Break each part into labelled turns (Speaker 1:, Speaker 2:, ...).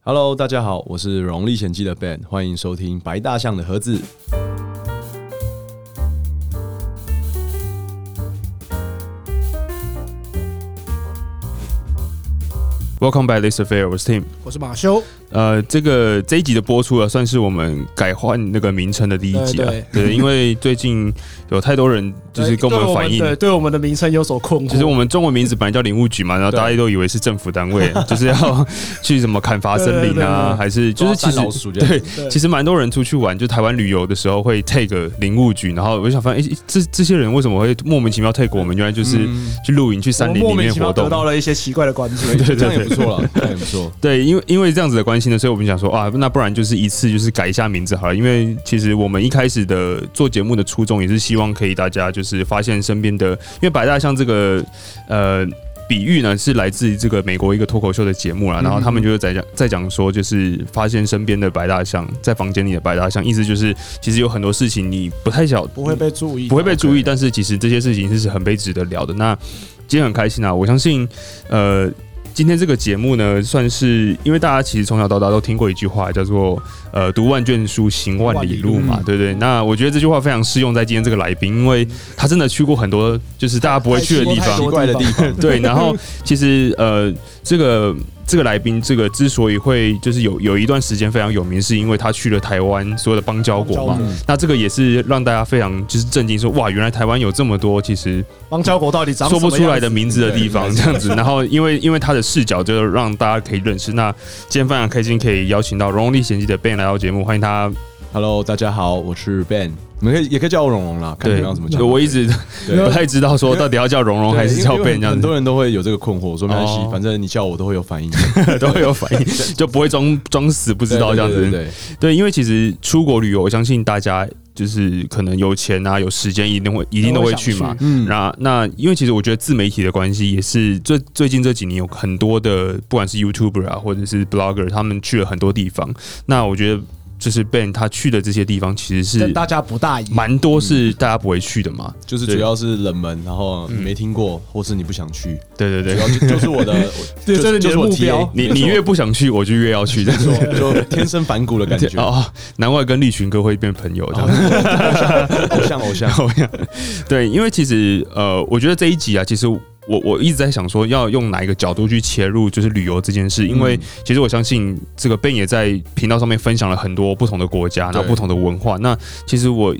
Speaker 1: Hello，大家好，我是《荣历险记》的 Ben，欢迎收听《白大象的盒子》。
Speaker 2: Welcome back, this affair. 我是 Tim。
Speaker 3: 我是马修，
Speaker 2: 呃，这个这一集的播出啊，算是我们改换那个名称的第一集啊。
Speaker 3: 对
Speaker 2: 对，因为最近有太多人就是跟我们反映，
Speaker 3: 对对我们的名称有所困惑。
Speaker 2: 其实我们中文名字本来叫领务局嘛，然后
Speaker 1: 对
Speaker 2: 大家都以为是政府单 位，就是要去什么砍伐森林啊，还是就是其
Speaker 1: 抓三老
Speaker 2: 实
Speaker 1: 鼠这样子
Speaker 2: 对，
Speaker 3: 对
Speaker 2: 其实蛮多人出去玩，就台湾旅游的时候会 take 林务局，然后我就想发现，哎、这这些人为什么会莫名其妙 take 我们？原来就是
Speaker 3: 嗯
Speaker 2: 去露营、去
Speaker 3: 我
Speaker 2: 山
Speaker 3: 们
Speaker 2: 林
Speaker 3: 莫
Speaker 2: 里
Speaker 3: 名
Speaker 2: 面
Speaker 3: 其妙
Speaker 2: 活
Speaker 3: 得
Speaker 2: 动。
Speaker 3: 到了一些奇怪的关注。
Speaker 1: 嗯对这样也
Speaker 2: 对
Speaker 1: 不错了，这样也不错。
Speaker 2: 对，因为因为这样子的关系呢，所以我们想说啊，那不然就是一次就是改一下名字好了。因为其实我们一开始的做节目的初衷也是希望可以大家就是发现身边的，因为白大象这个呃比喻呢是来自于这个美国一个脱口秀的节目啦，然后他
Speaker 3: 嗯
Speaker 2: 们就是在讲在讲说就是发现身边的白大象在房间里的白大象，意思就是其实有很多事情你不太晓
Speaker 3: 不会被注意，
Speaker 2: 不会被注意，
Speaker 3: 的。
Speaker 2: 但是其实这些事情是很被值得聊的。那今天很开心啊，我相信，呃，今天这个节目呢，算是因为大家其实从小到大都听过一句话，叫做“呃，读万卷书，行万里路”嘛，
Speaker 1: 嗯
Speaker 2: 对不对？那我觉得这句话非常适用在今天这个来宾，因为他真的去过很多就是大家不会去的地
Speaker 3: 太
Speaker 2: 方
Speaker 1: 奇，怪的地方，
Speaker 2: 对，然后其实呃，这个这个来宾，这个之所以会就是有有一段时间非常有名，是因为他去了台湾所有的邦交国
Speaker 3: 邦
Speaker 2: 嘛
Speaker 3: 交国。
Speaker 1: 嗯
Speaker 2: 那这个也是让大家非常就是震惊，说哇，原来台湾有这么多其实
Speaker 3: 邦交国到底长
Speaker 2: 说不
Speaker 3: 什么
Speaker 2: 出来
Speaker 3: 样子
Speaker 2: 的名字的地方，这样 子。然后因为因为他的视角，就让大家可以认识。那今天非常开心可以邀请到《荣荣历险记》的 Ben 来到节目，欢迎他。
Speaker 1: Hello，大家好，我是 Ben，你们可以也可以叫我蓉蓉啦，看你
Speaker 2: 对
Speaker 1: 们要怎么，叫。
Speaker 2: 就我一直
Speaker 1: 对
Speaker 2: 不太知道说到底要叫荣荣
Speaker 1: 对
Speaker 2: 还是叫
Speaker 1: 因为
Speaker 2: Ben 这样
Speaker 1: 很
Speaker 2: 子
Speaker 1: 多，人都会有这个困惑，说没关系
Speaker 2: 哦，
Speaker 1: 反正你叫我都会有反应，
Speaker 2: 都会有反应，就不会装装死不
Speaker 1: 不
Speaker 2: 知道这样子。
Speaker 1: 对，
Speaker 2: 对，因为其实出国旅游，我相信大家就是可能有钱啊，有时间，一定会一定都会去嘛。
Speaker 1: 嗯，
Speaker 2: 那那因为其实我觉得自媒体的关系，也是最最近这几年有很多的，不管是 YouTuber 啊，或者是 Blogger，他们去了很多地方。那我觉得就是 Ben 他去的这些地方，其实
Speaker 3: 但
Speaker 2: 是
Speaker 3: 大家不大一样。
Speaker 2: 蛮多是大家不会去的嘛。
Speaker 1: 就是主要是冷门，然后你没听过，或是你不想去，
Speaker 2: 对嗯对
Speaker 1: 主
Speaker 2: 对，
Speaker 1: 要就就是我 的，我
Speaker 3: 对
Speaker 1: 就
Speaker 3: 这是你的
Speaker 1: 就是我
Speaker 3: 目
Speaker 1: TA
Speaker 3: 标
Speaker 2: 你你越不想去，我就越要 去。
Speaker 3: 啊
Speaker 2: 这样子
Speaker 1: 就就天生反骨的感觉，
Speaker 2: 哦，难怪跟立群哥会变朋友这样。
Speaker 1: 偶像偶像，
Speaker 2: 好呀，对，因为其实呃，我觉得这一集啊，其实我我一直在想说，要用哪一个角度去切入，就是旅游这件事，因为
Speaker 1: 嗯
Speaker 2: 其实我相信这个 Ben 也在频道上面分享了很多不同的国家，然后
Speaker 1: 对
Speaker 2: 不同的文化。那其实我。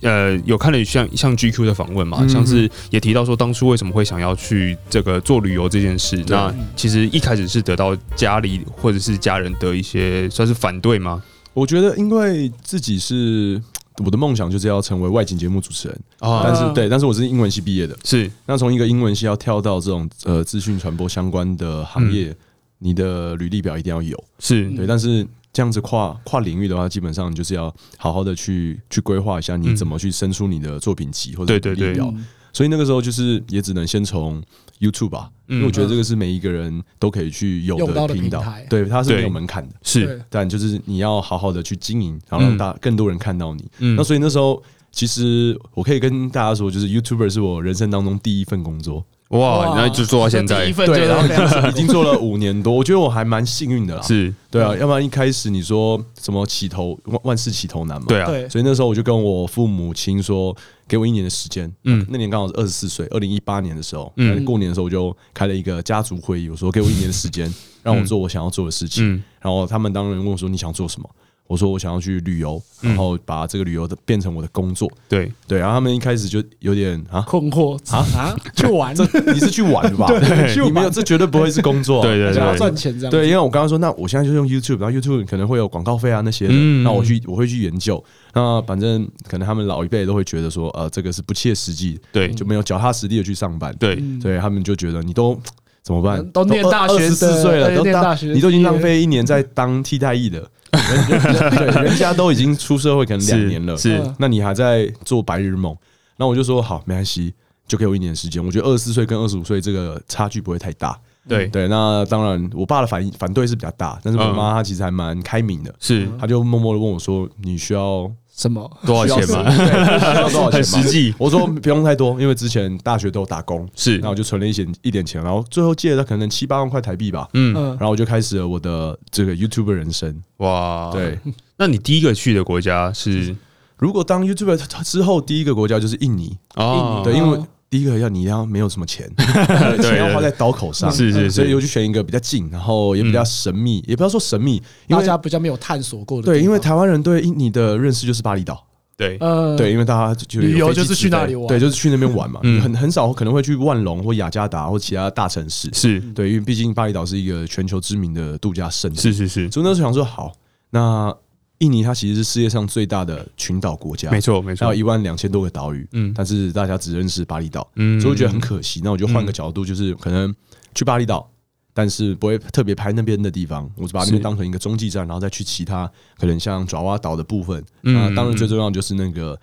Speaker 2: 呃，有看了像像 GQ 的访问嘛，
Speaker 1: 嗯
Speaker 2: 像是也提到说当初为什么会想要去这个做旅游这件事。那其实一开始是得到家里或者是家人的一些算是反对吗？
Speaker 1: 我觉得，因为自己是我的梦想就是要成为外景节目主持人，但
Speaker 2: 啊，
Speaker 1: 是对，但是我是英文系毕业的，
Speaker 2: 是
Speaker 1: 那从一个英文系要跳到这种呃资讯传播相关的行业，你的履历表一定要有，
Speaker 2: 是，
Speaker 1: 对，但是。这样子跨跨领域的话，基本上你就是要好好的去去规划一下，你怎么去生出你的作品集或者
Speaker 2: 对对
Speaker 1: 履历
Speaker 2: 对
Speaker 1: 表。
Speaker 3: 嗯
Speaker 1: 所以那个时候就是也只能先从 YouTube 吧，因为我觉得这个是每一个人都可以去有
Speaker 3: 用到的
Speaker 1: 频道
Speaker 3: 平台，
Speaker 1: 对，它是没有
Speaker 2: 对
Speaker 1: 门槛的。
Speaker 2: 是，
Speaker 1: 但就是你要好好的去经营，然后让大更多人看到你。
Speaker 2: 嗯
Speaker 1: 那所以那时候，其实我可以跟大家说，就是 YouTuber 是我人生当中第一份工作，
Speaker 2: 哇，哦那就做到现
Speaker 3: 这第
Speaker 2: 在
Speaker 3: 一，份就是
Speaker 1: 然
Speaker 3: 非常
Speaker 1: 后已经做了五年多，我觉得我还蛮幸运的啦。
Speaker 2: 是，
Speaker 1: 对啊，要不然一开始你说什么起头万万事起头难嘛，
Speaker 2: 对啊，
Speaker 3: 对，
Speaker 1: 所以那时候我就跟我父母亲说，给我一年的时间。
Speaker 2: 嗯
Speaker 1: 嗯，那年刚好是二十四岁，二零一八年的时候，
Speaker 2: 嗯
Speaker 1: 嗯，过年的时候我就开了一个家族会议，我说给我一年的时间，让我做我想要做的事情。
Speaker 2: 嗯
Speaker 1: 然后他们当然问我说你想做什么，我说我想要去旅游，
Speaker 2: 嗯
Speaker 1: 然后把这个旅游的变成我的工作。
Speaker 2: 对，
Speaker 1: 对，然后他们一开始就有点 啊。
Speaker 3: 困惑
Speaker 1: 啊
Speaker 3: 啊，去玩，
Speaker 1: 这你是去玩吧？
Speaker 3: 对去玩
Speaker 1: 你没有，这绝对不会是工作啊、
Speaker 2: 对对对
Speaker 3: 想要赚钱这样。
Speaker 1: 对，因为我刚刚说，那我现在就用 YouTube，然后 YouTube 可能会有广告费啊那些的，
Speaker 2: 嗯
Speaker 1: 那我去我会去研究。那反正可能他们老一辈都会觉得说，呃，这个是不切实际，
Speaker 2: 对
Speaker 1: 就没有脚踏实地的去上班，
Speaker 2: 对，
Speaker 3: 嗯，
Speaker 1: 所以他们就觉得你都怎么办？
Speaker 3: 都念大学的
Speaker 1: 四岁了，
Speaker 3: 对
Speaker 1: 都
Speaker 3: 念
Speaker 1: 当
Speaker 3: 大学
Speaker 1: 你都已经
Speaker 3: 毕业
Speaker 1: 浪费一年在当替代役的，人人对，人家都已经出社会可能两年了，
Speaker 2: 是
Speaker 3: 嗯
Speaker 1: 那你还在做白日梦？那我就说好，没关系，就给我一年的时间。我觉得二十四岁跟二十五岁这个差距不会太大。
Speaker 2: 对，
Speaker 1: 对，那当然，我爸的反应反对是比较大，但是我
Speaker 2: 嗯
Speaker 1: 妈她其实还蛮开明的，
Speaker 2: 是，
Speaker 1: 她就默默的问我说：“你需要
Speaker 3: 什么？
Speaker 2: 多少钱
Speaker 1: 嘛？
Speaker 2: 嘛？
Speaker 1: 对需 要多少
Speaker 2: 很
Speaker 1: 钱
Speaker 2: 实
Speaker 1: 嘛？
Speaker 2: 际，
Speaker 1: 我说不用太多，因为之前大学都有打工，
Speaker 2: 是
Speaker 1: 那我就存了一些一点钱，然后最后借了可能七八万块台币吧，
Speaker 2: 嗯，
Speaker 3: 嗯
Speaker 1: 然，后我就开始了我的这个 YouTube 人生。
Speaker 2: 哇，
Speaker 1: 对，，
Speaker 2: 那你第一个去的国家是
Speaker 1: 如果当 YouTuber 之后，第一个国家就是印尼，
Speaker 2: 哦，
Speaker 1: 对，因为
Speaker 3: 哦
Speaker 1: 第一个要你要没有什么 钱，
Speaker 2: 对
Speaker 1: 钱要花在刀口上，
Speaker 2: 是嗯是
Speaker 1: 所以
Speaker 2: 是
Speaker 1: 我就选一个比较近，然后也比较神秘，也不要说神秘，因
Speaker 3: 大
Speaker 1: 为
Speaker 3: 家比较没有探索过的地方，
Speaker 1: 对，因为台湾人对印尼的认识就是巴厘岛。
Speaker 2: 对，
Speaker 3: 呃，
Speaker 1: 对，，因为大家就
Speaker 3: 旅
Speaker 1: 有
Speaker 3: 游
Speaker 1: 飞机
Speaker 3: 就是
Speaker 1: 直
Speaker 3: 去
Speaker 1: 飞
Speaker 3: 那里玩
Speaker 1: 对，就是去那边玩嘛，
Speaker 2: 嗯
Speaker 1: 很很少可能会去万隆或雅加达或其他大城市，
Speaker 2: 是
Speaker 1: 对，因为毕竟巴厘岛是一个全球知名的度假胜地，
Speaker 2: 是是是，
Speaker 1: 所以那时候想说，好，那印尼它其实是世界上最大的群岛国家，
Speaker 2: 没，错没
Speaker 1: 它啊有
Speaker 2: 错
Speaker 1: 一，万两千多个岛屿，
Speaker 2: 嗯
Speaker 1: 但是大家只认识巴厘岛，
Speaker 2: 嗯
Speaker 1: 所以我觉得很可惜。那我就换个角度，就是可能去巴厘岛。但是不会特别拍那边的地方，我只把那边
Speaker 2: 是
Speaker 1: 当成一个中继站，然后再去其他可能像爪哇岛的部分。
Speaker 2: 嗯
Speaker 1: 啊，当然最
Speaker 2: 嗯
Speaker 1: 重要就是那个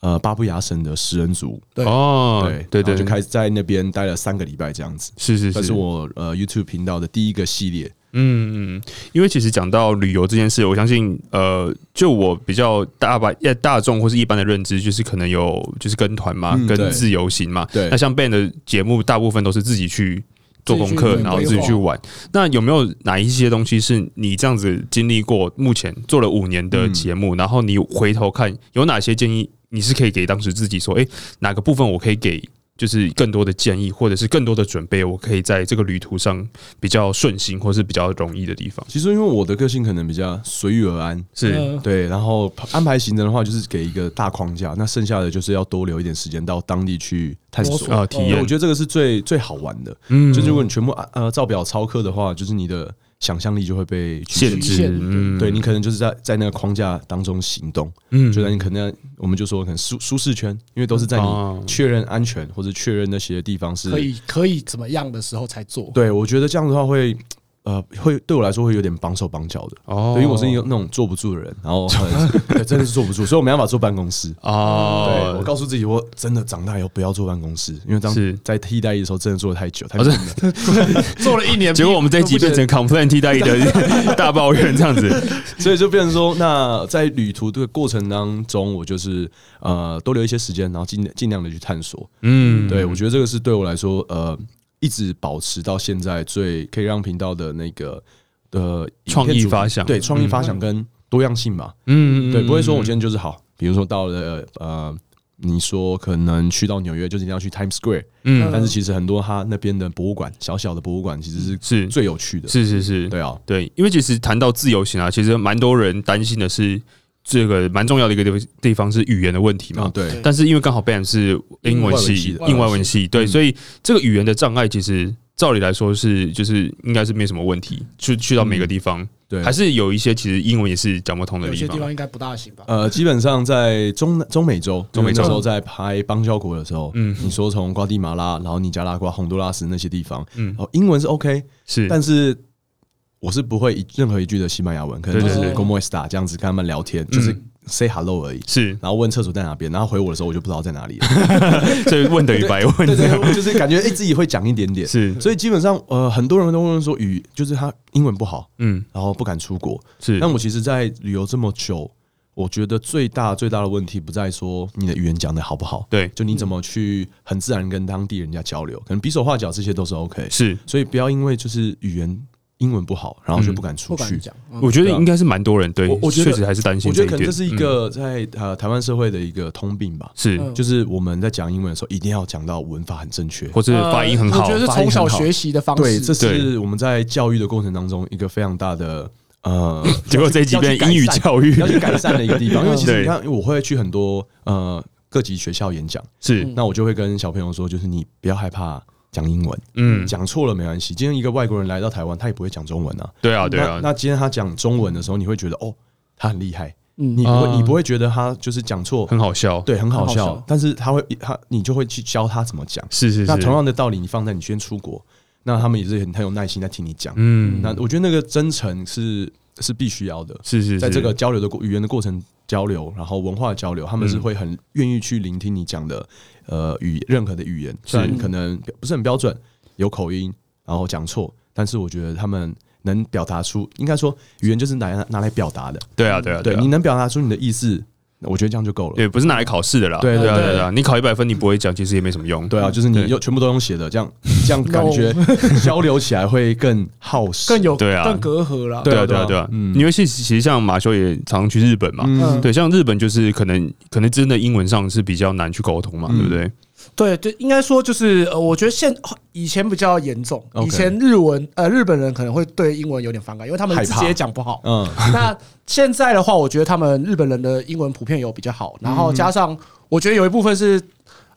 Speaker 1: 呃巴布亚省的食人族，
Speaker 3: 对
Speaker 2: 哦，对
Speaker 1: 对然
Speaker 2: 对，
Speaker 1: 后就开始在那边待了三个礼拜这样子。
Speaker 2: 是是
Speaker 1: 这
Speaker 2: 是，
Speaker 1: 是我呃 YouTube 频道的第一个系列，
Speaker 2: 嗯，嗯，因为其实讲到旅游这件事，我相信，呃，就我比较大吧，呃，大众或是一般的认知，就是可能有就是跟团嘛，
Speaker 1: 嗯
Speaker 2: 跟
Speaker 1: 对
Speaker 2: 自由行嘛。
Speaker 1: 对
Speaker 2: 那像 Ben 的节目，大部分都是自己去做功课，
Speaker 3: 自己去
Speaker 2: 然后自己去玩。那有没有哪一些东西是你这样子经历过？目前做了五年的节目，然后你回头看，有哪些建议你是可以给当时自己说，诶，哎哪个部分我可以给？就是更多的建议，或者是更多的准备，我可以在这个旅途上比较顺心，或是比较容易的地方。
Speaker 1: 其实因为我的个性可能比较随遇而安，
Speaker 2: 是，
Speaker 3: 呃
Speaker 1: 对，然后安排行程的话，就是给一个大框架，那剩下的就是要多留一点时间到当地去探
Speaker 3: 摸
Speaker 1: 索
Speaker 3: 索
Speaker 2: 啊体
Speaker 1: 对
Speaker 2: 验
Speaker 1: 我觉得这个是最最好玩的。
Speaker 2: 嗯
Speaker 1: 就如果你全部按呃照表操课的话，就是你的想象力就会被局
Speaker 2: 限制，
Speaker 3: 限
Speaker 2: 嗯，
Speaker 1: 对你可能就是在在那个框架当中行动，
Speaker 2: 嗯
Speaker 1: 就在你可能我们就说可能舒舒适圈，因为都是在
Speaker 2: 哦
Speaker 1: 你确认安全或者确认那些地方是
Speaker 3: 可以可以怎么样的时候才做？
Speaker 1: 对，我觉得这样的话会，呃，会对我来说会有点绑手绑脚的，
Speaker 2: 哦
Speaker 1: 对因为我是一个那种坐不住的人，然后 很对真的是坐不住，所以我没办法坐办公室。对，我
Speaker 2: 哦，
Speaker 1: 告诉自己，我真的长大以后不要坐办公室，因为当
Speaker 2: 是哦
Speaker 1: 在替代役的时候，真的坐得太久，太闷了。
Speaker 3: 做了一年，
Speaker 2: 结果我们这一集变成 complain 替代役的 大抱怨这样子，
Speaker 1: 所以就变成说，那在旅途这个过程当中，我就是呃多留一些时间，然后尽尽量的去探索。
Speaker 2: 嗯，
Speaker 1: 对我觉得这个是对我来说，呃，一直保持到现在最可以让频道的那个呃影
Speaker 2: 创
Speaker 1: 片
Speaker 2: 意
Speaker 1: 主题
Speaker 2: 发想
Speaker 1: 对创意发
Speaker 2: 嗯
Speaker 1: 想跟多样性吧。
Speaker 2: 嗯，嗯
Speaker 1: 对，不会说我今，天就是好，比如说到了呃，你说可能去到纽约就是一定要去 Times Square，
Speaker 2: 嗯，
Speaker 1: 但是其实很多他那边的博物馆，小小的博物馆其实是
Speaker 2: 是
Speaker 1: 最有趣的。
Speaker 2: 是是是，
Speaker 1: 对啊，
Speaker 2: 对，因为其实谈到自由行啊，其实蛮多人担心的是这个蛮重要的一个地地方是语言的问题嘛
Speaker 1: 啊，对，
Speaker 2: 但是因为刚好 Ben 是英文系
Speaker 1: 英外文系、
Speaker 2: 英外文系，对，
Speaker 1: 嗯
Speaker 2: 所以这个语言的障碍其实照理来说是就是应该是没什么问题，去去到每个地方，
Speaker 1: 嗯对
Speaker 2: 还是有一些其实英文也是讲不通的
Speaker 3: 有
Speaker 2: 地
Speaker 3: 些地
Speaker 2: 方。
Speaker 3: 方应该不大行吧？
Speaker 1: 呃，基本上在中中美洲，
Speaker 2: 中美洲
Speaker 1: 那时候在拍邦交国的时候，
Speaker 2: 嗯
Speaker 1: 嗯，你说从瓜地马拉，然后尼加拉瓜、洪都拉斯那些地方，
Speaker 2: 嗯
Speaker 1: 嗯，哦，英文是 OK，
Speaker 2: 是，
Speaker 1: 但是我是不会一任何一句的西班牙文，可能
Speaker 2: 对
Speaker 1: 就
Speaker 2: 对嗯
Speaker 1: 是
Speaker 3: 对
Speaker 1: “como está” 这样子跟他们聊天，就是 say hello 而已。
Speaker 2: 是，
Speaker 1: 然后问厕所在哪边，然后回我的时候我就不知道在哪里 了。
Speaker 2: 所以问等于白问。
Speaker 1: 对对，对就是感觉哎、诶自己会讲一点点，
Speaker 2: 是，
Speaker 1: 所以基本上呃很多人都问说语就是他英文不好，
Speaker 2: 嗯，
Speaker 1: 然后不敢出国。
Speaker 2: 是，
Speaker 1: 但我其实，在旅游这么久，我觉得最大最大的问题不在说你的语言讲的好不好，
Speaker 2: 对，嗯
Speaker 1: 就你怎么去很自然跟当地人家交流，可能比手画脚这些都是 OK。
Speaker 2: 是，
Speaker 1: 所以不要因为就是语言英文不好，然后就不敢出
Speaker 3: 不
Speaker 1: 去
Speaker 3: 敢。讲，嗯
Speaker 2: 我觉得应该是蛮多人对
Speaker 1: 啊我，我觉得
Speaker 2: 确实还是担心
Speaker 1: 我觉
Speaker 2: 这一
Speaker 1: 得可
Speaker 2: 点。
Speaker 1: 能这是一
Speaker 2: 嗯
Speaker 1: 个在呃台湾社会的一个通病吧，
Speaker 2: 是
Speaker 3: 嗯，
Speaker 1: 就是我们在讲英文的时候一定要讲到文法很正确。
Speaker 2: 或是发音很
Speaker 3: 呃我
Speaker 2: 好
Speaker 3: 觉，得是
Speaker 1: 发音
Speaker 3: 从
Speaker 1: 很
Speaker 3: 小
Speaker 1: 好
Speaker 3: 学习的方
Speaker 1: 对，
Speaker 3: 式，
Speaker 1: 这
Speaker 2: 对
Speaker 1: 是我们在教育的过程当中一个非常大的呃，
Speaker 2: 结果这一集变英语教育
Speaker 1: 要去改善的一个地方。因为其实
Speaker 2: 嗯对
Speaker 1: 你看，我会去很多呃各级学校演讲，
Speaker 2: 是，
Speaker 1: 那我就会跟小朋友说，就是你不要害怕讲英文，
Speaker 2: 嗯，
Speaker 1: 讲错了没关系。今天一个外国人来到台湾，他也不会讲中文啊。
Speaker 2: 对啊，对啊
Speaker 1: 那，那今天他讲中文的时候，你会觉得哦，他很厉害，
Speaker 3: 嗯
Speaker 1: 你不
Speaker 2: 啊
Speaker 1: 会你不会觉得他就是讲错，
Speaker 2: 很好笑，，
Speaker 1: 对，很好
Speaker 3: 很好
Speaker 1: 笑
Speaker 3: 笑。
Speaker 1: 但是他会他你就会去教他怎么讲。
Speaker 2: 是是
Speaker 1: 那同
Speaker 2: 是，
Speaker 1: 样的道理，你放在你先出国，那他们也是很很有耐心在听你讲。
Speaker 2: 嗯，
Speaker 1: 那我觉得那个真诚是是必须要的，
Speaker 2: 是是，
Speaker 1: 在
Speaker 2: 是
Speaker 1: 这个交流的过语言的过程交流，然后文化交流，他们是会很愿意去聆听你讲的呃语任何的语言，虽然可能不是很标准，有口音，然后讲错，但是我觉得他们能表达出，应该说语言就是拿拿来表达的，
Speaker 2: 对啊，对啊，
Speaker 1: 对，
Speaker 2: 啊
Speaker 1: 你能表达出你的意思。我觉得这样就够了。
Speaker 2: 对，不是拿来考试的啦。
Speaker 1: 对
Speaker 2: 对
Speaker 1: 对
Speaker 2: 啊
Speaker 3: 对
Speaker 2: 对啊，你考一百分，你不会讲，其实也没什么用。
Speaker 1: 对啊，就是你
Speaker 2: 嗯对
Speaker 1: 又全部都用写的，这样这样感 觉交流起来会更耗时，
Speaker 3: 更有
Speaker 2: 对啊
Speaker 3: 更隔阂了。
Speaker 2: 对啊，对
Speaker 1: 对
Speaker 2: 啊，
Speaker 1: 啊
Speaker 2: 对啊。
Speaker 1: 嗯
Speaker 2: 因为其实其实像马修也常去日本嘛，
Speaker 3: 嗯
Speaker 2: 对，像日本就是可能可能真的英文上是比较难去沟通嘛，
Speaker 1: 嗯
Speaker 2: 对不对？
Speaker 3: 对对，应该说就是呃，我觉得现以前比较严重，
Speaker 1: OK
Speaker 3: 以前日文呃日本人可能会对英文有点反感，因为他们
Speaker 1: 害
Speaker 3: 自
Speaker 1: 怕
Speaker 3: 己也讲不好。
Speaker 1: 嗯
Speaker 3: 那现在的话，我觉得他们日本人的英文普遍有比较好，然
Speaker 1: 嗯
Speaker 3: 后加上我觉得有一部分是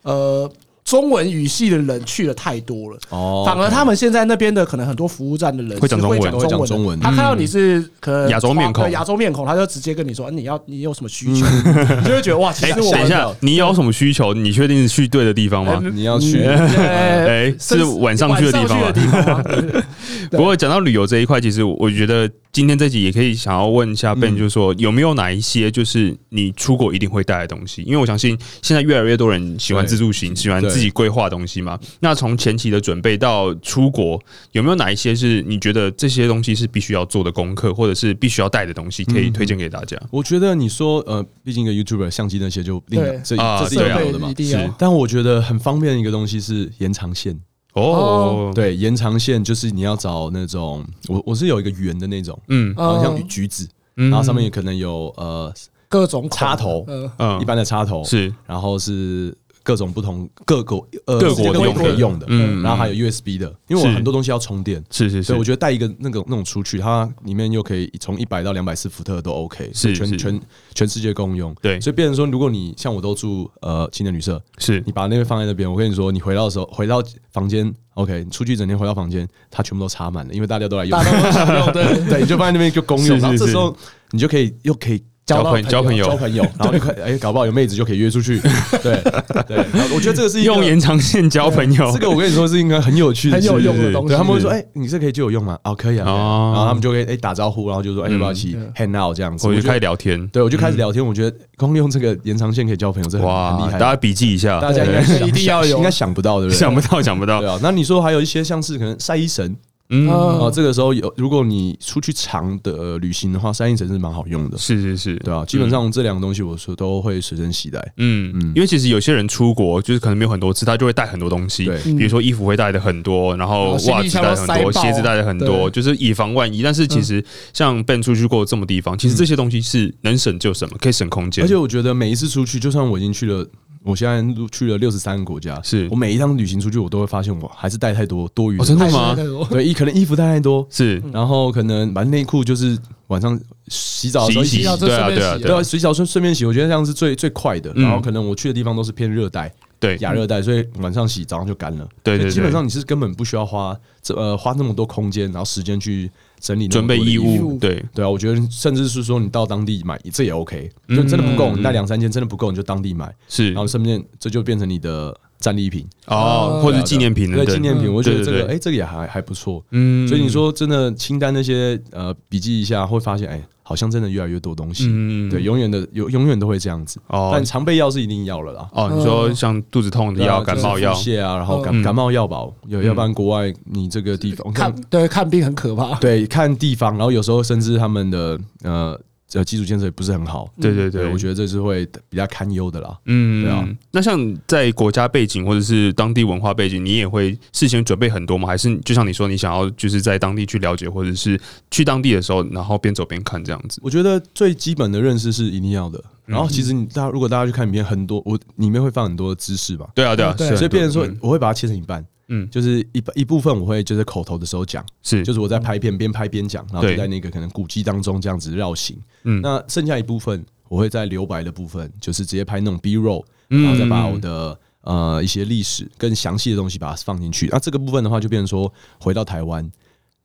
Speaker 3: 呃中文语系的人去的太多了。
Speaker 1: 哦，
Speaker 3: 反而他们现在那边的可能很多服务站的人
Speaker 2: 会讲
Speaker 3: 是
Speaker 2: 中文嗯
Speaker 1: 会讲
Speaker 3: 中
Speaker 1: 中文
Speaker 3: 的他看到你是可能
Speaker 2: 亚洲面孔
Speaker 3: 对亚洲面孔，他就直接跟你说，啊你要你有什么需求， 你就会觉得哇，其
Speaker 2: 哎，
Speaker 3: 实我
Speaker 2: 等一
Speaker 3: 们
Speaker 2: 下，你有什么需求？你确定是去对的地方吗？
Speaker 1: 你要 去 嗯
Speaker 3: 呃
Speaker 2: 哎，是晚上去的地方吗
Speaker 3: 晚上去的？地方吗？
Speaker 2: 不过讲到旅游这一块，其实我觉得今天这集也可以想要问一
Speaker 1: 嗯
Speaker 2: 下 Ben，、就是说有没有哪一些就是你出国一定会带的东西？因为我相信现在越来越多人喜欢
Speaker 1: 对
Speaker 2: 自助行，喜欢自己规划东西嘛。那从前期的准备到出国，有没有哪一些是你觉得这些东西是必须要做的功课，或者是必须要带的东西，可以推荐给大家？
Speaker 1: 我觉得你说呃，毕竟一个 YouTuber 相机那些就另
Speaker 3: 对
Speaker 1: 这
Speaker 2: 啊
Speaker 1: 这是一
Speaker 2: 对啊
Speaker 1: 条的嘛
Speaker 3: 一。定要
Speaker 2: 是
Speaker 1: 但我觉得很方便的一个东西是延长线，
Speaker 2: 哦，，
Speaker 1: 对，延长线就是你要找那种我我是有一个圆的那种，
Speaker 2: 嗯
Speaker 1: 好像
Speaker 3: 嗯
Speaker 1: 橘子，
Speaker 2: 嗯
Speaker 1: 然后上面也可能有呃
Speaker 3: 各种孔
Speaker 1: 插头
Speaker 3: 呃
Speaker 2: 嗯
Speaker 1: 一般的插头，
Speaker 2: 是
Speaker 1: 然后是各种不同各国呃
Speaker 2: 各
Speaker 1: 世界
Speaker 2: 国
Speaker 1: 各
Speaker 2: 用
Speaker 1: 国可
Speaker 2: 的
Speaker 1: 以用的，
Speaker 2: 嗯
Speaker 1: 然后还有 USB 的，因为我
Speaker 2: 是
Speaker 1: 很多东西要充电，
Speaker 2: 是是
Speaker 1: 所以我
Speaker 2: 是，
Speaker 1: 觉得带一个那个那种出去，它里面又可以从一百到两百四伏特都 OK，
Speaker 2: 是是
Speaker 1: 全全全世界共用。
Speaker 2: 对
Speaker 1: 所以变成说，如果你像我都住呃青年旅社，
Speaker 2: 是
Speaker 1: 你把那个放在那边，我跟你说，你回到的时候，回到房间，OK，你出去一整天回到房间，它全部都插满了，因为大家都来用
Speaker 3: 大，家都想用的，
Speaker 1: 对，你就放在那边就公用，
Speaker 2: 是是
Speaker 1: 然后这
Speaker 2: 是
Speaker 1: 时候你就可以又可以。
Speaker 3: 交
Speaker 2: 交
Speaker 3: 到
Speaker 2: 朋交
Speaker 1: 交
Speaker 2: 朋友，
Speaker 1: 朋 友，然后就可以哎，搞不好有妹子就可以约出去。对对，然后我觉得这个是一个
Speaker 2: 用延长线交朋友，
Speaker 1: 这个我跟你说是应该很有趣的
Speaker 3: 很
Speaker 1: 事情，
Speaker 3: 有用的东西
Speaker 1: 对，他们会说：“哎、你这可以借我用吗？”哦，可以啊。可以啊
Speaker 2: 哦
Speaker 1: 然后他们就会哎、打招呼，然后就说：“哎、
Speaker 2: 嗯
Speaker 1: 要不要一起
Speaker 3: 嗯
Speaker 1: hang out 这样子？”
Speaker 2: 我就
Speaker 1: 觉得
Speaker 2: 开始聊天。
Speaker 1: 对我就开始聊天。我觉得光用这个延长线可以交朋友，这很很
Speaker 2: 哇
Speaker 1: 厉，害。
Speaker 2: 大家笔记一下，
Speaker 1: 大家应该
Speaker 3: 对
Speaker 1: 想
Speaker 3: 一定要有
Speaker 1: 应该想不到，对不对？
Speaker 2: 想不到，想不到
Speaker 1: 对，啊。那你说还有一些像是可能晒衣绳
Speaker 2: 嗯，
Speaker 3: 嗯
Speaker 1: 啊，这个时候有，如果你出去长的呃旅行的话，晒衣绳是蛮好用的，
Speaker 2: 是是是，
Speaker 1: 对啊。基本上这两个东西我说都会随身携带。
Speaker 2: 嗯，嗯，因为其实有些人出国就是可能没有很多次，他就会带很多东西，
Speaker 1: 对哦
Speaker 2: 比如说衣服会带的很多，然后
Speaker 3: 然后行李
Speaker 2: 袜子带的很多，
Speaker 3: 箱都塞爆啊
Speaker 2: 鞋子带的很多，
Speaker 3: 对
Speaker 2: 就是以防万一。但是其
Speaker 1: 嗯
Speaker 2: 实像 Ben 出去过这么地方，其实这些东西是能省就省嘛，可以省空间，
Speaker 1: 而且我觉得每一次出去，就算我已经去了，我现在都去了六十三个国家，
Speaker 2: 是
Speaker 1: 我每一趟旅行出去，我都会发现我还是带太多多余
Speaker 2: 哦真的吗
Speaker 3: 还是那种
Speaker 1: 对，一可能衣服带太多，
Speaker 2: 是
Speaker 1: 然后可能把内裤就是晚上洗澡的时
Speaker 2: 洗
Speaker 1: 候
Speaker 2: 一
Speaker 1: 嗯
Speaker 2: 洗，
Speaker 1: 洗
Speaker 3: 要
Speaker 1: 澡
Speaker 3: 这
Speaker 2: 对啊
Speaker 3: 顺便
Speaker 2: 对啊
Speaker 3: 洗
Speaker 1: 对
Speaker 2: 对
Speaker 1: 啊，
Speaker 2: 啊
Speaker 1: 洗澡顺顺便洗，我觉得这样是最最快的。
Speaker 2: 嗯
Speaker 1: 然后可能我去的地方都是偏热带、
Speaker 2: 对
Speaker 1: 亚热带，所以晚上洗，早上就干了。
Speaker 2: 对
Speaker 1: 所
Speaker 2: 对
Speaker 1: 以基本
Speaker 2: 对
Speaker 1: 上你是根本不需要花这呃花那么多空间，然后时间去整理那么
Speaker 2: 准备
Speaker 1: 多的
Speaker 2: 衣
Speaker 1: 服
Speaker 3: 衣
Speaker 2: 物，
Speaker 3: 物
Speaker 2: 对，
Speaker 1: 对啊，我觉得甚至是说你到当地买，这也 OK。就真的不
Speaker 2: 嗯
Speaker 1: 够，你带两三件真的不够，你就当地买，
Speaker 2: 是
Speaker 1: 然后顺便这就变成你的战利品，
Speaker 2: 哦，或者是纪念品等
Speaker 1: 对啊
Speaker 2: 等，
Speaker 1: 纪念品。我觉得这
Speaker 2: 对
Speaker 1: 个
Speaker 2: 对对
Speaker 1: 哎，这个也还还不错。
Speaker 2: 嗯
Speaker 1: 所以你说真的清单那些呃笔记一下，会发现哎，好像真的越来越多东西。
Speaker 2: 嗯
Speaker 1: 对，永远的有永远都会这样子。
Speaker 2: 哦
Speaker 1: 但常备药是一定要了啦。
Speaker 2: 哦，你说像肚子痛的药、
Speaker 1: 嗯对啊
Speaker 2: 感冒药
Speaker 1: 就，是腹泻啊，然后
Speaker 2: 嗯
Speaker 1: 感感冒药吧，有要不然国外你这个地方
Speaker 3: 看对看病很可怕，
Speaker 1: 对看地方，然后有时候甚至他们的呃呃基础建设也不是很好。
Speaker 2: 对对
Speaker 1: 对，我觉得这是会比较堪忧的啦。
Speaker 2: 嗯，
Speaker 1: 对啊。
Speaker 2: 那像在国家背景或者是当地文化背景，你也会事先准备很多吗？还是就像你说，你想要就是在当地去了解，或者是去当地的时候，然后边走边看这样子？
Speaker 1: 我觉得最基本的认识是一定要的。
Speaker 2: 嗯
Speaker 1: 然后其实你大家如果大家去看影片，很多我里面会放很多知识吧，
Speaker 2: 对啊，对啊，
Speaker 3: 对
Speaker 2: 是
Speaker 1: 所以变成说
Speaker 2: 嗯
Speaker 1: 我会把它切成一半，
Speaker 2: 嗯
Speaker 1: 嗯，就是一一部分我会就是口头的时候讲，
Speaker 2: 是
Speaker 1: 就是我在拍片边拍边讲，然后
Speaker 2: 嗯对
Speaker 1: 就在那个可能古迹当中这样子绕行。
Speaker 2: 嗯
Speaker 1: 那剩下一部分我会在留白的部分，就是直接拍那种 B roll，
Speaker 2: 嗯
Speaker 1: 然后再把我的。呃，一些历史更详细的东西把它放进去。那这个部分的话，就变成说，回到台湾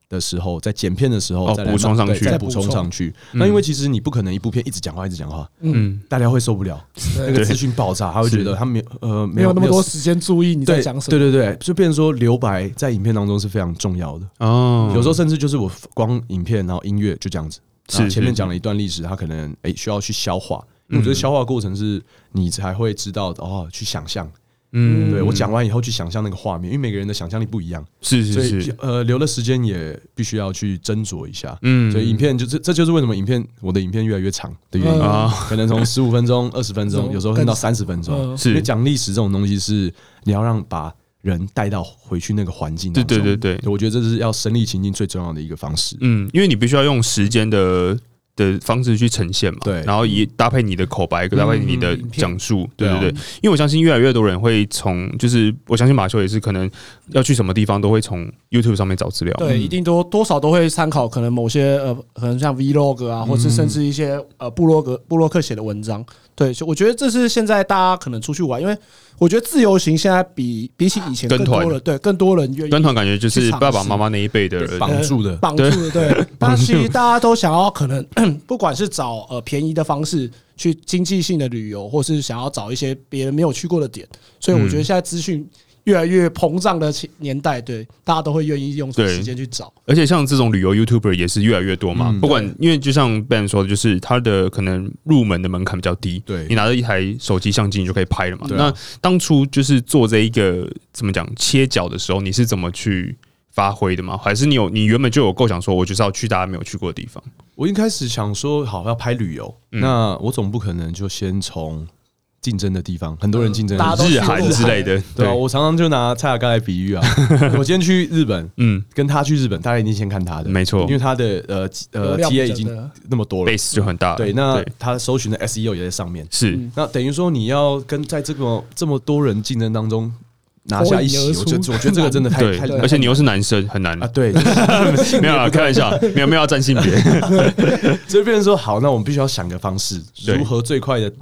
Speaker 1: 的时候，在剪片的时
Speaker 2: 哦
Speaker 1: 候再来
Speaker 2: 补充上
Speaker 1: 对
Speaker 2: 去
Speaker 1: 再
Speaker 3: 再
Speaker 1: 补
Speaker 3: 补
Speaker 1: 充
Speaker 3: 充
Speaker 1: 上去。那因为其实你不可能一部片一直讲话，一直讲话，
Speaker 2: 嗯，
Speaker 1: 大家会受不了，那个
Speaker 3: 对
Speaker 1: 资讯爆炸，他会觉得他没有呃
Speaker 3: 没
Speaker 1: 没
Speaker 3: 有
Speaker 1: 有
Speaker 3: 那么多
Speaker 1: 没有
Speaker 3: 时间注意你在
Speaker 1: 对
Speaker 3: 讲什
Speaker 1: 对
Speaker 3: 么。
Speaker 1: 对对，就变成说留白在影片当中是非常重要的。
Speaker 2: 哦，
Speaker 1: 有时候甚至就是我光影片，然后音乐就这样子。
Speaker 2: 是嗯
Speaker 1: 啊前面
Speaker 2: 是
Speaker 1: 讲了一段历史，他可能诶需要去消化，因为我觉得消化过程是你才会知道哦，去想象
Speaker 2: 嗯
Speaker 1: 对我讲完以后去想象那个画面，因为每个人的想象力不一样，
Speaker 2: 是
Speaker 1: 所
Speaker 2: 是
Speaker 1: 以
Speaker 2: 是，
Speaker 1: 呃，留的时间也必须要去斟酌一下。
Speaker 2: 嗯
Speaker 1: 所以影片就这，这就是为什么影片我的影片越来越长的原因
Speaker 3: 嗯
Speaker 1: 啊
Speaker 2: 啊，
Speaker 1: 可能从十五分钟、二十分钟，
Speaker 3: 嗯
Speaker 1: 有时候更到三十分钟。
Speaker 3: 嗯
Speaker 1: 因为
Speaker 2: 是，
Speaker 1: 讲历史这种东西是你要让把人带到回去那个环境当
Speaker 2: 对
Speaker 1: 中。
Speaker 2: 对对对，
Speaker 1: 我觉得这是要身临情境最重要的一个方式。
Speaker 2: 嗯，因为你必须要用时间的的方式去呈现嘛，
Speaker 1: 对
Speaker 2: 然后也搭配你的口白，搭配你的
Speaker 3: 影片
Speaker 2: 讲述，对
Speaker 1: 对啊
Speaker 2: 嗯对对，因为我相信越来越多人会从，就是我相信马修也是可能要去什么地方都会从 YouTube 上面找资料，
Speaker 3: 对，一定多多少都会参考，可能某些呃，可能像 Vlog 啊，或是甚至一些呃部落格部落客写的文章。对，所以我觉得这是现在大家可能出去玩，因为我觉得自由行现在比比起以前
Speaker 2: 跟
Speaker 3: 更多
Speaker 2: 团
Speaker 3: 了，对，更多人愿
Speaker 2: 跟
Speaker 3: 意
Speaker 2: 团感觉就是
Speaker 3: 去尝
Speaker 2: 爸爸
Speaker 3: 试
Speaker 2: 妈妈那一辈的人，
Speaker 1: 绑住的，
Speaker 3: 绑住了。对，那其实大家都想要可能 不管是找呃便宜的方式去经济性的旅游，或是想要找一些别人没有去过的点，所以我觉得现在资讯越来越膨胀的年代，对，大家都会愿意用
Speaker 2: 对
Speaker 3: 时间去找。
Speaker 2: 而且像这种旅游 YouTuber 也是越来越多嘛，
Speaker 1: 嗯
Speaker 2: 不管因为就像 Ben 说的，就是它的可能入门的门槛比较低，
Speaker 1: 对
Speaker 2: 你拿着一台手机相机你就可以拍了嘛。
Speaker 1: 对啊
Speaker 2: 那当初就是做这一个怎么讲切角的时候，你是怎么去发挥的吗？还是你有你原本就有构想说，我就是要去大家没有去过的地方？
Speaker 1: 我一开始想说，好要拍旅游，
Speaker 2: 嗯
Speaker 1: 那我总不可能就先从竞争的地方，很多人竞争的
Speaker 3: 大
Speaker 1: 地方，
Speaker 2: 日
Speaker 3: 家都去
Speaker 2: 韩
Speaker 3: 日韩
Speaker 2: 之类的，
Speaker 1: 对啊，我常常就拿蔡雅刚来比喻 啊。我今天去日本，
Speaker 2: 嗯
Speaker 1: 跟他去日本，大家一定先看他的，
Speaker 2: 没错
Speaker 1: 因为他的呃
Speaker 3: 流
Speaker 1: 呃 TA
Speaker 3: 量比较
Speaker 1: 已经
Speaker 3: 大
Speaker 1: 那么多了，
Speaker 2: ，base 啊就很大了，
Speaker 1: 对，那他搜寻的 SEO 也在上面，
Speaker 3: 嗯
Speaker 2: 是
Speaker 1: 那等于说你要跟在这个这么多人竞争当中拿下一席
Speaker 3: 脱颖而，
Speaker 1: 我
Speaker 3: 出
Speaker 1: 觉得我觉得这个真 的太
Speaker 2: 对
Speaker 1: 太，
Speaker 2: 而且你又
Speaker 1: 是
Speaker 2: 是男生，很难
Speaker 1: 啊，， 对，就是
Speaker 2: 没有啊啦，开玩 笑，没有没有要占性别，
Speaker 1: 所以变成说好，那我们必须要想个方式，
Speaker 2: 对
Speaker 1: 如何最快的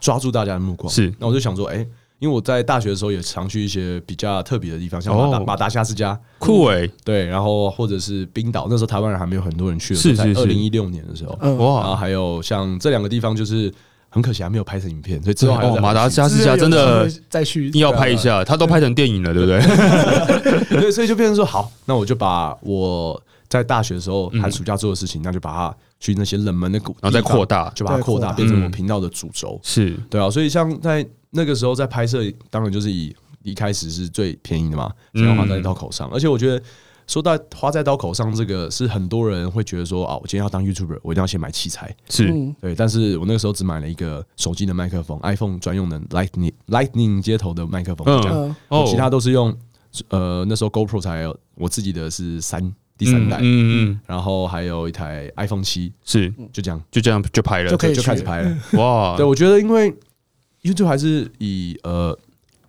Speaker 1: 抓住大家的目光。
Speaker 2: 是
Speaker 1: 那我就想说，哎、因为我在大学的时候也常去一些比较特别的地方，像马达、
Speaker 2: 哦
Speaker 1: 马达加斯加，
Speaker 2: 酷欸诶，
Speaker 1: 对，然后或者是冰岛，那时候台湾人还没有很多人去的时候，
Speaker 2: 是
Speaker 1: 在
Speaker 2: 是呃
Speaker 1: 二
Speaker 2: 是
Speaker 1: 零一六年的时候，
Speaker 3: 嗯
Speaker 1: 然后
Speaker 2: 哇，
Speaker 1: 还有像这两个地方，就是很可惜还没有拍成影片，所以之后还有
Speaker 2: 哦，
Speaker 1: 再
Speaker 2: 马达
Speaker 1: 回去
Speaker 2: 加斯加真的
Speaker 3: 再去
Speaker 2: 一定要拍一下，他都拍成电影了，对不对？
Speaker 1: 对，所以就变成说，好，那我就把我在大学的时候寒暑假做的事情，那就把它去那些冷门的谷，
Speaker 2: 嗯然后再扩
Speaker 1: 地
Speaker 2: 大
Speaker 1: 方就把它
Speaker 3: 对
Speaker 1: 扩大，
Speaker 3: 扩大
Speaker 1: 变成我
Speaker 2: 嗯
Speaker 1: 频道的主轴。
Speaker 2: 是，
Speaker 1: 对啊，所以像在那个时候在拍摄，当然就是以一开始是最便宜的嘛，
Speaker 2: 嗯
Speaker 1: 然后花在刀口上。而且我觉得说到花在刀口上，这个是很多人会觉得说啊，我今天要当 YouTuber，我一定要先买器材。
Speaker 2: 是，
Speaker 3: 嗯
Speaker 1: 对，但是我那个时候只买了一个手机的麦克风，iPhone 专用的 Lightning Lightning 接头的麦克风，
Speaker 2: 嗯
Speaker 1: 这样
Speaker 3: 嗯，
Speaker 1: 我其他都是用呃那时候 GoPro 才有，我自己的是三第三代，
Speaker 2: 嗯嗯嗯，
Speaker 1: 然后还有一台 iPhone 七，
Speaker 2: 是，
Speaker 1: 就这样
Speaker 2: 就这样就拍了，
Speaker 3: 就可以
Speaker 1: 嗯就
Speaker 3: 去
Speaker 1: 开始拍了。
Speaker 2: 哇
Speaker 1: 对，，我觉得因为 YouTube 还是以呃